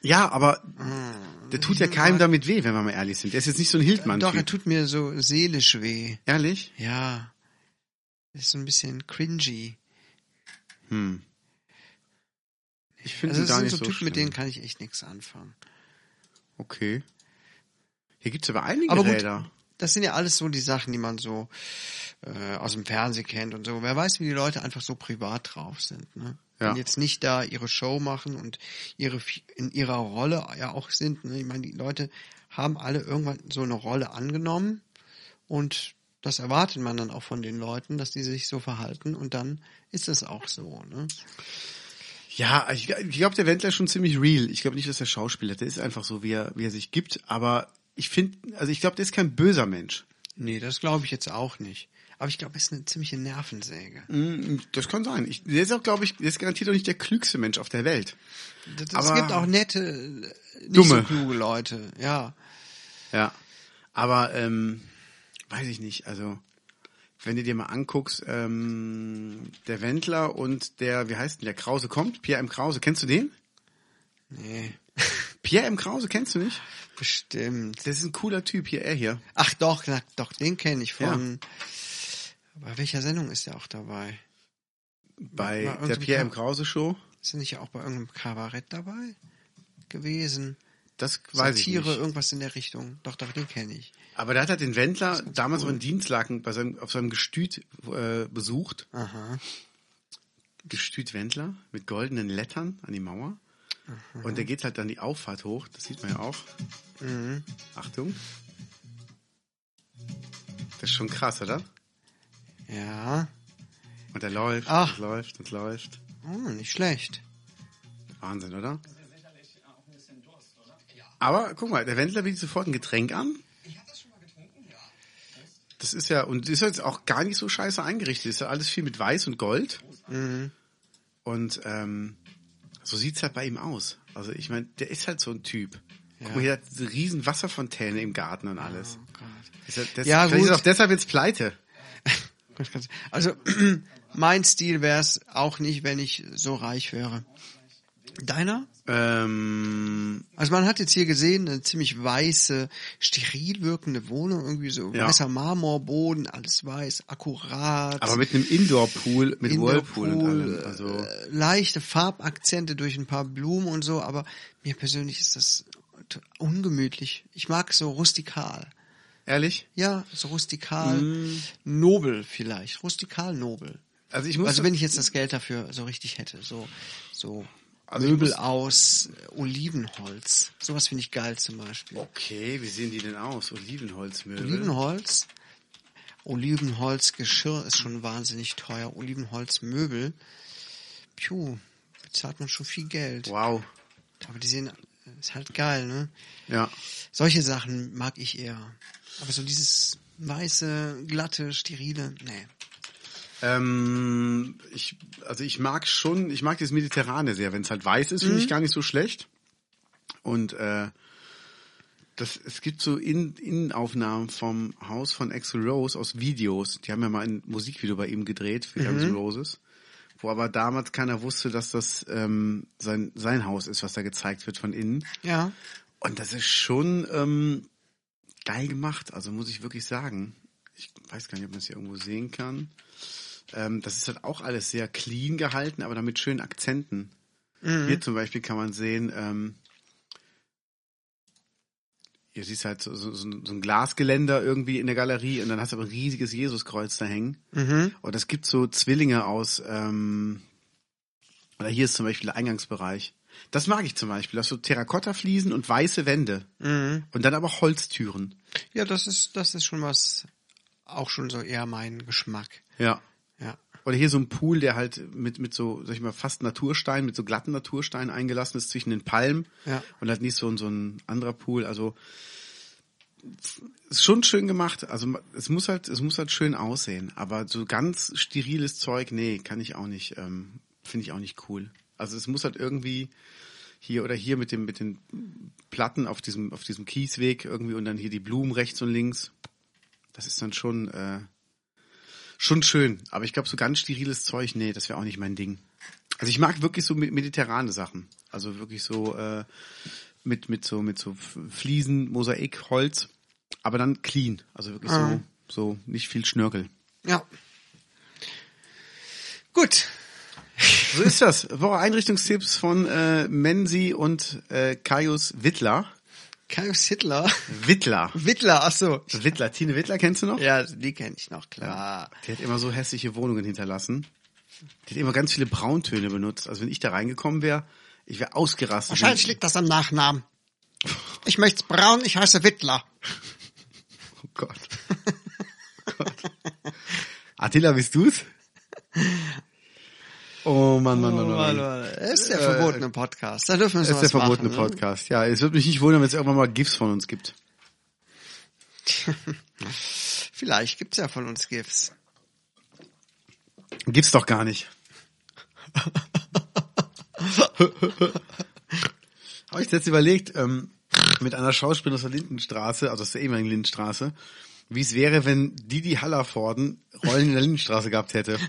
B: Ja, aber der tut ja keinem damit weh, wenn wir mal ehrlich sind. Der ist jetzt nicht so ein Hildmann.
A: Doch, er tut mir so seelisch weh.
B: Ehrlich?
A: Ja. Ist so ein bisschen cringy.
B: Hm. Ich finde
A: Also
B: ihn
A: es
B: gar
A: sind
B: nicht
A: so
B: so
A: Typen, mit
B: schlimm.
A: denen kann ich echt nichts anfangen.
B: Okay. Hier gibt's aber einige
A: Aber gut,
B: Räder.
A: das sind ja alles so die Sachen, die man so äh, aus dem Fernsehen kennt und so. Wer weiß, wie die Leute einfach so privat drauf sind. Ne?
B: Ja.
A: Und jetzt nicht da ihre Show machen und ihre Fi- in ihrer Rolle ja auch sind. Ne? Ich meine, die Leute haben alle irgendwann so eine Rolle angenommen und das erwartet man dann auch von den Leuten, dass die sich so verhalten und dann ist es auch so. Ne?
B: Ja, ich, ich glaube, der Wendler ist schon ziemlich real. Ich glaube nicht, dass er Schauspieler ist. Der ist einfach so, wie er, wie er sich gibt. Aber ich finde, also ich glaube, der ist kein böser Mensch.
A: Nee, das glaube ich jetzt auch nicht. Aber ich glaube, es ist eine ziemliche Nervensäge.
B: Mm, Das kann sein. Ich, der ist auch, glaube ich, der ist garantiert auch nicht der klügste Mensch auf der Welt.
A: Das, es
B: Aber-
A: gibt auch nette, äh, nicht so
B: Dumme.
A: kluge Leute. Ja.
B: Ja. Aber, ähm, weiß ich nicht. Also, wenn du dir mal anguckst, ähm, der Wendler und der, wie heißt denn, der Krause kommt, Pierre M. Krause, kennst du den?
A: Nee.
B: Pierre M. Krause kennst du nicht?
A: Bestimmt.
B: Das ist ein cooler Typ hier, er hier.
A: Ach doch, na, doch, den kenne ich von. Bei welcher Sendung ist der auch dabei?
B: Bei
A: Mal
B: der
A: irgendwie
B: Pierre M.
A: klar.
B: Krause Show.
A: Ist er nicht auch bei irgendeinem Kabarett dabei gewesen?
B: Das weiß ich
A: Satire,
B: nicht.
A: irgendwas in der Richtung. Doch, doch, den kenne ich.
B: Aber da hat er den Wendler damals auf einem Dienstlaken bei seinem, auf seinem Gestüt äh, besucht.
A: Aha.
B: Gestüt Wendler mit goldenen Lettern an die Mauer. Und da geht halt dann die Auffahrt hoch, das sieht man ja auch.
A: Mhm.
B: Achtung. Das ist schon krass, oder?
A: Ja.
B: Und er läuft,
A: Ach.
B: und läuft, und läuft.
A: Oh, nicht schlecht.
B: Wahnsinn, oder? Aber guck mal, der Wendler bietet sofort ein Getränk an. Das ist ja, und ist jetzt auch gar nicht so scheiße eingerichtet. Ist ja alles viel mit Weiß und Gold.
A: Mhm.
B: Und ähm, so sieht's halt bei ihm aus. Also ich meine, der ist halt so ein Typ. Guck mal, hier hat diese riesen Wasserfontäne im Garten und alles.
A: Oh Gott.
B: Ist ja, das,
A: Ja,
B: ja, vielleicht ist
A: gut.
B: er auch deshalb jetzt pleite.
A: Also, *clears throat* mein Stil wäre es auch nicht, wenn ich so reich wäre. Deiner?
B: Ähm,
A: Also man hat jetzt hier gesehen, eine ziemlich weiße, steril wirkende Wohnung, irgendwie so
B: Ja.
A: weißer Marmorboden, alles weiß, akkurat.
B: aber mit einem Indoor-Pool, mit
A: Indoor-Pool,
B: Whirlpool und allem. Also,
A: äh, leichte Farbakzente durch ein paar Blumen und so, aber mir persönlich ist das t- ungemütlich. Ich mag so rustikal.
B: ehrlich?
A: Ja, so rustikal, nobel vielleicht, rustikal nobel.
B: Mhm. Also ich muss
A: Also wenn ich jetzt das Geld dafür so richtig hätte, so so
B: Also ich
A: Möbel
B: muss-
A: aus äh, Olivenholz, sowas finde ich geil zum Beispiel.
B: Okay, wie sehen die denn aus? Olivenholzmöbel.
A: Olivenholz. Olivenholzgeschirr ist schon wahnsinnig teuer. Olivenholzmöbel. Puh, bezahlt man schon viel Geld.
B: Wow.
A: Aber die sehen, äh, ist halt geil, ne?
B: Ja.
A: Solche Sachen mag ich eher. Aber so dieses weiße, glatte, sterile. Nee.
B: Ähm, ich, also ich mag schon, ich mag das Mediterrane sehr. Wenn es halt weiß ist, finde ich gar nicht so schlecht. Und äh, das, es gibt so In Innenaufnahmen vom Haus von Axel Rose aus Videos. Die haben ja mal ein Musikvideo bei ihm gedreht für Axel Roses. Wo aber damals keiner wusste, dass das ähm, sein, sein Haus ist, was da gezeigt wird von innen.
A: Ja.
B: Und das ist schon ähm, geil gemacht, also muss ich wirklich sagen. Ich weiß gar nicht, ob man es hier irgendwo sehen kann. Ähm, das ist halt auch alles sehr clean gehalten, aber dann mit schönen Akzenten.
A: Mhm.
B: Hier zum Beispiel kann man sehen, ähm, hier siehst du halt so, so, so ein so ein Glasgeländer irgendwie in der Galerie und dann hast du aber ein riesiges Jesuskreuz da hängen.
A: Mhm.
B: Und es gibt so Zwillinge aus, ähm, oder hier ist zum Beispiel der Eingangsbereich. Das mag ich zum Beispiel. Das so Terrakotta-Fliesen und weiße Wände. Und dann aber auch Holztüren.
A: Mhm. Ja, das ist, das ist schon was, auch schon so eher mein Geschmack.
B: Ja.
A: Ja.
B: Oder hier so ein Pool, der halt mit, mit so, sag ich mal, fast Naturstein, mit so glatten Naturstein eingelassen ist zwischen den Palmen.
A: Ja.
B: Und halt nicht so, ein- so ein anderer Pool. Also, ist schon schön gemacht. Also, ma- es muss halt, es muss halt schön aussehen. Aber so ganz steriles Zeug, nee, kann ich auch nicht, ähm, finde ich auch nicht cool. Also, es muss halt irgendwie hier oder hier mit dem, mit den Platten auf diesem, auf diesem Kiesweg irgendwie und dann hier die Blumen rechts und links. Das ist dann schon, äh, Schon schön, aber ich glaube, so ganz steriles Zeug, nee, das wäre auch nicht mein Ding. Also ich mag wirklich so me- mediterrane Sachen. Also wirklich so äh, mit, mit so, mit so F- Fliesen, Mosaik, Holz, aber dann clean. Also wirklich
A: Mhm.
B: so, so nicht viel Schnörkel.
A: Ja. Gut.
B: So ist das. Woche Einrichtungstipps von äh, Menzi und äh, Kaius Wittler.
A: Kaius *laughs* Hitler.
B: Wittler.
A: Wittler, ach so.
B: Wittler, Tine Wittler kennst du noch?
A: Ja, die kenne ich noch, klar.
B: Die hat immer so hässliche Wohnungen hinterlassen. Die hat immer ganz viele Brauntöne benutzt. Also wenn ich da reingekommen wäre, ich wäre ausgerastet.
A: Wahrscheinlich liegt das am Nachnamen. Ich möchte braun, ich heiße Wittler.
B: Oh Gott. oh Gott. Attila, bist du's? Oh Mann, Mann, Mann, Mann. Mann.
A: Das ist der verbotene Podcast. Da dürfen wir
B: Das
A: sowas
B: ist der verbotene
A: machen, ne?
B: Podcast. Ja, es würde mich nicht wundern, wenn es irgendwann mal GIFs von uns gibt.
A: Vielleicht gibt's ja von uns GIFs.
B: Gibt's doch gar nicht. Habe ich jetzt überlegt, ähm, mit einer Schauspielerin aus der Lindenstraße, also aus der ehemaligen Lindenstraße, wie es wäre, wenn Didi Hallervorden Rollen in der Lindenstraße gehabt hätte.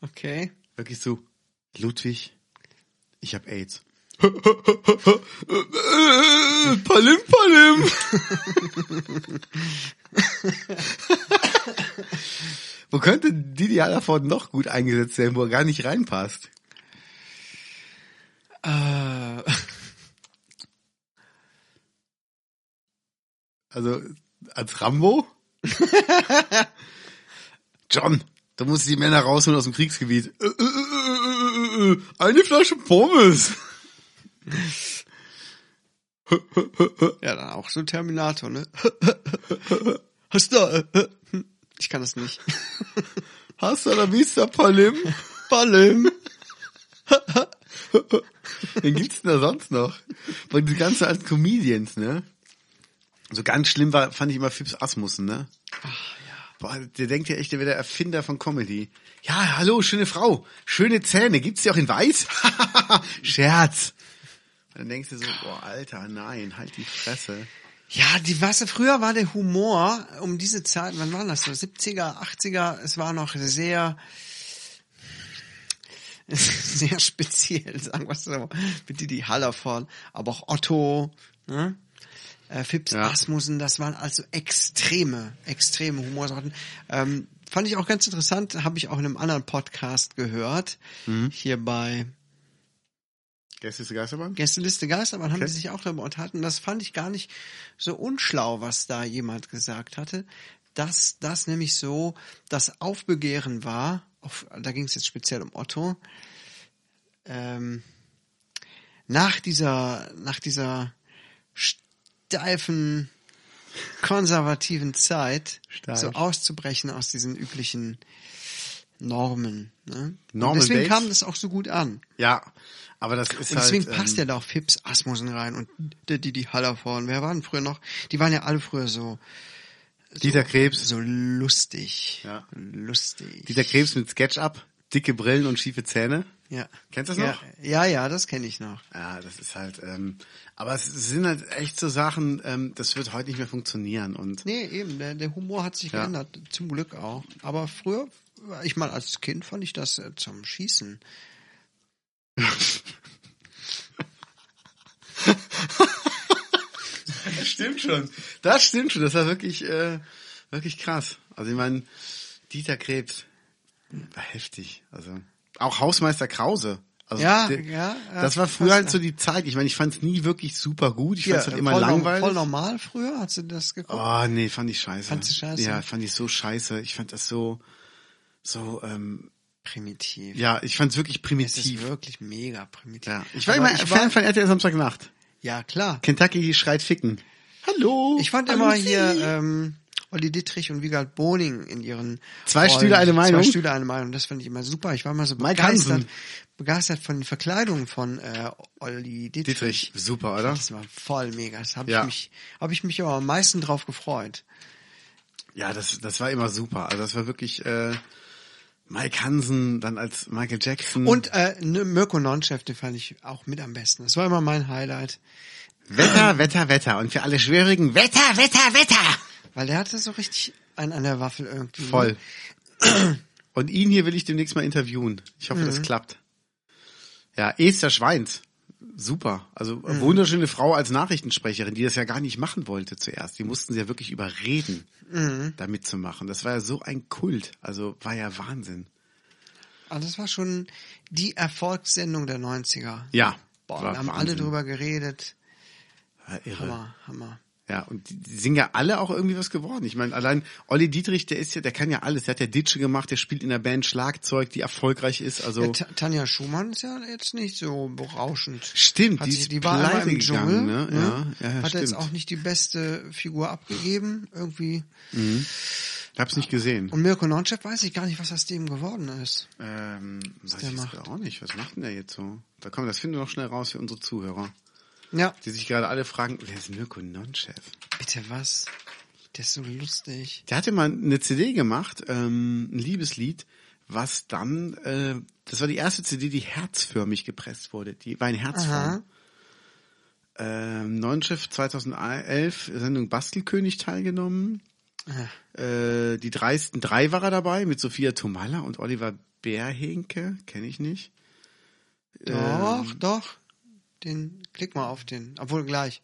A: Okay.
B: Wirklich so, Ludwig, ich habe AIDS. palim, palim. wo könnte Didi Hallerford noch gut eingesetzt werden, wo er gar nicht reinpasst?
A: Äh,
B: Also, als Rambo? John, du musst die Männer rausholen aus dem Kriegsgebiet. Äh, Eine Flasche Pommes.
A: ja, dann auch so Terminator, ne? *laughs* Hast du... *laughs* äh, äh, Ich kann das nicht.
B: Hast du da Vista Palim? Palim. Wen gibt's denn da sonst noch? Weil die ganzen alten Comedians, ne? So ganz schlimm war, fand ich immer Fips Asmussen, ne? Boah, der denkt ja echt, der wäre der Erfinder von Comedy. Ja, hallo, schöne Frau. Schöne Zähne. Gibt's die auch in weiß? *laughs* Scherz. Und dann denkst du so, boah, Alter, nein, halt die Fresse.
A: Ja, die was früher war der Humor um diese Zeit, wann waren das so 70er, 80er, es war noch sehr *laughs* sehr speziell, sagen wir es so, mit Didi Hallerforn, aber auch Otto, ne? Äh, Fips
B: Ja.
A: Asmussen, das waren also extreme, extreme Humorsorten. Ähm, fand ich auch ganz interessant, habe ich auch in einem anderen Podcast gehört, hier bei
B: Gäste ist Geisterbahn?
A: Gästeliste Geisterbahn haben
B: Okay.
A: die sich auch darüber unterhalten. Das fand ich gar nicht so unschlau, was da jemand gesagt hatte, dass das nämlich so das Aufbegehren war, auf, da ging es jetzt speziell um Otto, ähm, nach dieser, nach dieser steifen, konservativen Zeit
B: Steif.
A: so auszubrechen aus diesen üblichen Normen. Ne?
B: Norman
A: Und deswegen
B: Bates.
A: kam das auch so gut an.
B: Ja. Aber das ist
A: Und deswegen
B: halt,
A: passt ja da auch Fips Asmussen rein und die, die, die Hallervorden. Wer waren früher noch? Die waren ja alle früher so
B: Dieter Krebs.
A: So lustig.
B: Ja.
A: Lustig.
B: Dieser Krebs mit Sketchup, dicke Brillen und schiefe Zähne.
A: ja.
B: Kennst du das
A: ja.
B: noch?
A: Ja, ja, das kenne ich noch.
B: Ja, das ist halt, ähm, aber es sind halt echt so Sachen, ähm, das wird heute nicht mehr
A: *laughs*
B: funktionieren und
A: Nee, eben, der, der Humor hat sich
B: Ja.
A: geändert, zum Glück auch. Aber früher, ich meine, als Kind fand ich das äh, zum Schießen.
B: Das stimmt schon. Das stimmt schon. Das war wirklich, äh, wirklich krass. Also ich meine, Dieter Krebs war heftig. Also auch Hausmeister Krause. Also
A: Ja,
B: der-
A: ja, ja,
B: Das war früher
A: fast,
B: halt so die Zeit. Ich meine, ich fand es nie wirklich super gut. Ich fand es halt immer
A: voll,
B: langweilig.
A: voll normal früher, hast du das geguckt?
B: Oh, nee, fand ich scheiße.
A: Fandst du scheiße?
B: Ja, fand ich so scheiße. Ich fand das so, so, ähm,
A: Primitiv.
B: ja, ich fand es wirklich
A: Es ist
B: primitiv.
A: wirklich mega primitiv.
B: Ja. Ich war
A: Aber
B: immer
A: ich
B: Fan
A: war,
B: von RTL Samstagnacht.
A: ja klar.
B: Kentucky schreit ficken. Hallo.
A: Ich fand
B: hallo,
A: immer
B: Sie.
A: hier ähm, Olli Dietrich und Wiegald Boning in ihren
B: Zwei
A: Rollen.
B: Stühle, eine Meinung.
A: Zwei Stühle eine Meinung. Das fand ich immer super. Ich war immer so
B: Mike
A: begeistert,
B: Hansen.
A: begeistert von den Verkleidungen von äh, Olli Dietrich.
B: Dietrich, super, oder?
A: Das war voll mega. Das habe
B: Ja.
A: ich mich, habe ich mich aber am meisten drauf gefreut.
B: Ja, das, das war immer super. Also das war wirklich äh, Mike Hansen, dann als Michael Jackson.
A: Und äh, ne, Mirko Nonchef, den fand ich auch mit am besten. Das war immer mein Highlight,
B: Wetter, Wetter, Wetter. Und für alle Schwierigen, Wetter, Wetter, Wetter.
A: weil der hatte so richtig einen an der Waffel irgendwie. ne?
B: Voll.
A: Mhm.
B: Und ihn hier will ich demnächst mal interviewen. Ich hoffe, das klappt. Ja, Esther Schweins. Super. Also
A: Mhm.
B: wunderschöne Frau als Nachrichtensprecherin, die das ja gar nicht machen wollte zuerst. Die mussten sie ja wirklich überreden,
A: Mhm.
B: da mitzumachen. Das war ja so ein Kult. Also war ja Wahnsinn.
A: Also das war schon die Erfolgssendung der 90er.
B: Ja.
A: Boah,
B: war
A: wir haben alle
B: Wahnsinn.
A: drüber geredet.
B: War irre.
A: Hammer, Hammer.
B: Ja, und die, die sind ja alle auch irgendwie was geworden. Ich meine, allein Olli Dietrich, der ist ja, der kann ja alles. Der hat ja Ditsche gemacht, der spielt in der Band Schlagzeug, die erfolgreich ist. Also
A: Ja, Ta- Tanja Schumann ist ja jetzt nicht so berauschend.
B: Stimmt,
A: Hat
B: die
A: sich-
B: ist
A: die war einmal
B: pleite
A: im Dschungel.
B: gegangen, ne?
A: ne?
B: Ja, ja, ja,
A: Hat jetzt
B: stimmt.
A: auch nicht die beste Figur abgegeben, irgendwie.
B: ich hab's nicht gesehen.
A: Und Mirko Nonchef weiß ich gar nicht, was aus dem geworden ist.
B: Ähm, weiß
A: der
B: ich jetzt
A: macht.
B: auch nicht. Was macht denn der jetzt so? Da komm, das finden wir noch schnell raus für unsere Zuhörer,
A: Ja,
B: die sich gerade alle fragen, wer ist Mirko Nonchef?
A: bitte was? Der ist so lustig.
B: Der hatte mal eine CD gemacht, ähm, ein Liebeslied, was dann, äh, das war die erste CD, die herzförmig gepresst wurde. Die war in Herzform.
A: Aha.
B: Ähm, Nonchef 2011, Sendung Bastelkönig teilgenommen. Äh, die dreisten drei war er dabei mit Sophia Tomalla und Oliver Bärhenke, kenne ich nicht. Ähm.
A: Doch, doch. Den, klick mal auf den. Obwohl gleich.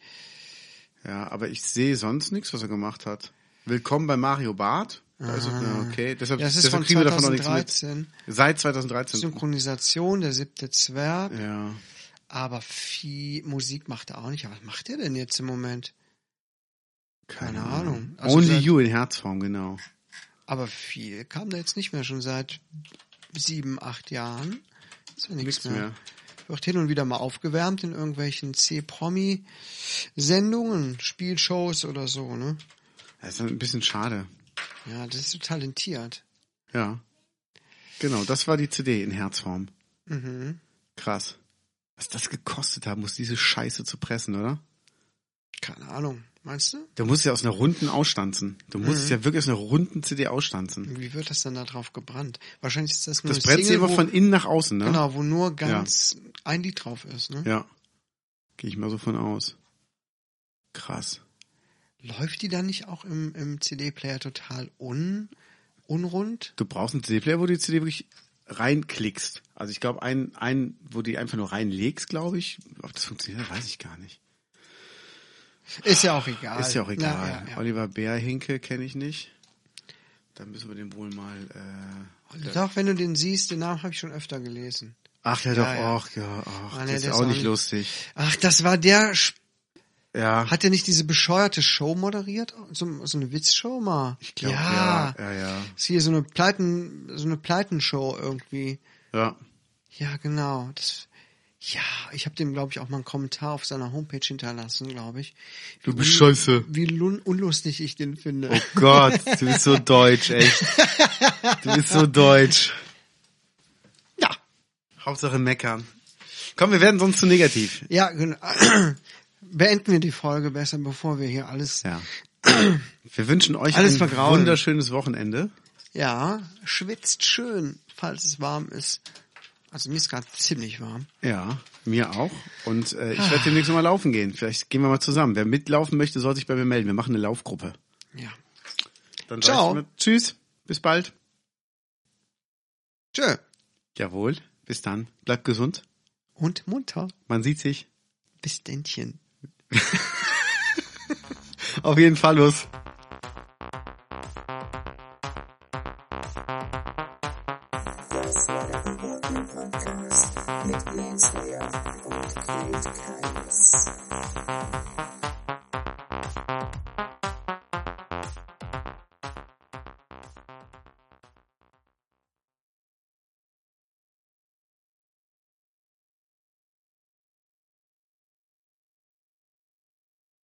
B: Ja, aber ich sehe sonst nichts, was er gemacht hat. Willkommen bei Mario Barth. Also, na, okay, deshalb,
A: Das Ah. ist
B: deshalb
A: von
B: kriegen wir davon noch nichts mit.
A: 2013.
B: Seit 2013.
A: Synchronisation, der siebte Zwerg.
B: Ja.
A: Aber viel Musik macht er auch nicht. Aber was macht er denn jetzt im Moment?
B: Keine,
A: Keine
B: Ahnung.
A: Ahnung. Also
B: Only
A: seit-
B: You in Herzform, genau.
A: Aber viel kam da jetzt nicht mehr, schon seit sieben, acht Jahren. Ist ja nichts
B: Nichts
A: mehr.
B: mehr.
A: Wird hin und wieder mal aufgewärmt in irgendwelchen C-Promi-Sendungen, Spielshows oder so, ne?
B: Das ist ein bisschen schade.
A: Ja, das ist so talentiert.
B: Ja. Genau, das war die CD in Herzform.
A: Mhm.
B: Krass. Was das gekostet haben muss, diese Scheiße zu pressen, oder?
A: Keine Ahnung. Meinst du?
B: Du musst es ja aus einer runden ausstanzen. Du musst
A: Mhm.
B: es ja wirklich aus einer runden CD ausstanzen.
A: Wie wird das dann da drauf gebrannt? Wahrscheinlich ist das nur
B: Das
A: eine
B: brennt sie
A: Single,
B: immer
A: wo,
B: von innen nach außen, ne?
A: Genau, wo nur ganz ein Lied drauf ist, ne?
B: Ja. Gehe ich mal so von aus. Krass.
A: Läuft die dann nicht auch im, im CD-Player total un, unrund?
B: Du brauchst einen CD-Player, wo du die CD wirklich reinklickst. Also ich glaube, ein, ein, wo du die einfach nur reinlegst, glaube ich. Ob das funktioniert, weiß ich gar nicht.
A: Ist Ah, ja auch egal.
B: Ist ja auch egal.
A: Na, ja, ja.
B: Oliver Bärhinke kenne ich nicht. Dann müssen wir den wohl mal. Äh,
A: Doch, wenn du den siehst, den Namen habe ich schon öfter gelesen.
B: ach ja, doch,
A: ja.
B: ach ja, ach,
A: Ah, nee,
B: das ist
A: der
B: auch nicht lustig.
A: Ach, das war der. Sch-
B: Ja,
A: Hat er nicht diese bescheuerte Show moderiert? So, so eine Witzshow mal?
B: ich glaube, ja. ja, ja, ja,
A: Ist hier so eine Pleiten, so eine Pleitenshow irgendwie. Ja, genau. Das, ja, ich habe dem, glaube ich, auch mal einen Kommentar auf seiner Homepage hinterlassen, glaube ich.
B: Du bist
A: un-
B: scheiße.
A: Wie lun- unlustig ich den finde.
B: Oh Gott, du bist so deutsch, echt. Du bist so deutsch. Ja. Hauptsache meckern. Komm, wir werden sonst zu negativ.
A: *clears throat* Ja, genau. Beenden wir die Folge besser, bevor wir hier alles
B: Ja. Wir wünschen euch
A: Alles
B: ein
A: vergrault.
B: wunderschönes Wochenende.
A: Ja, schwitzt schön, falls es warm ist. Also mir ist gerade ziemlich warm.
B: Ja, mir auch. Und äh, ich werde demnächst noch mal laufen gehen. Vielleicht gehen wir mal zusammen. Wer mitlaufen möchte, soll sich bei mir melden. Wir machen eine Laufgruppe.
A: Ja.
B: Dann
A: sag Ciao. ich mal
B: tschüss, bis bald.
A: Tschö.
B: Jawohl, bis dann. Bleibt gesund.
A: Und munter.
B: Man sieht sich.
A: Bis Dändchen.
B: Auf jeden Fall los.
C: Das war der Humboldt Podcast mit Jens Lehr und Kate Keines.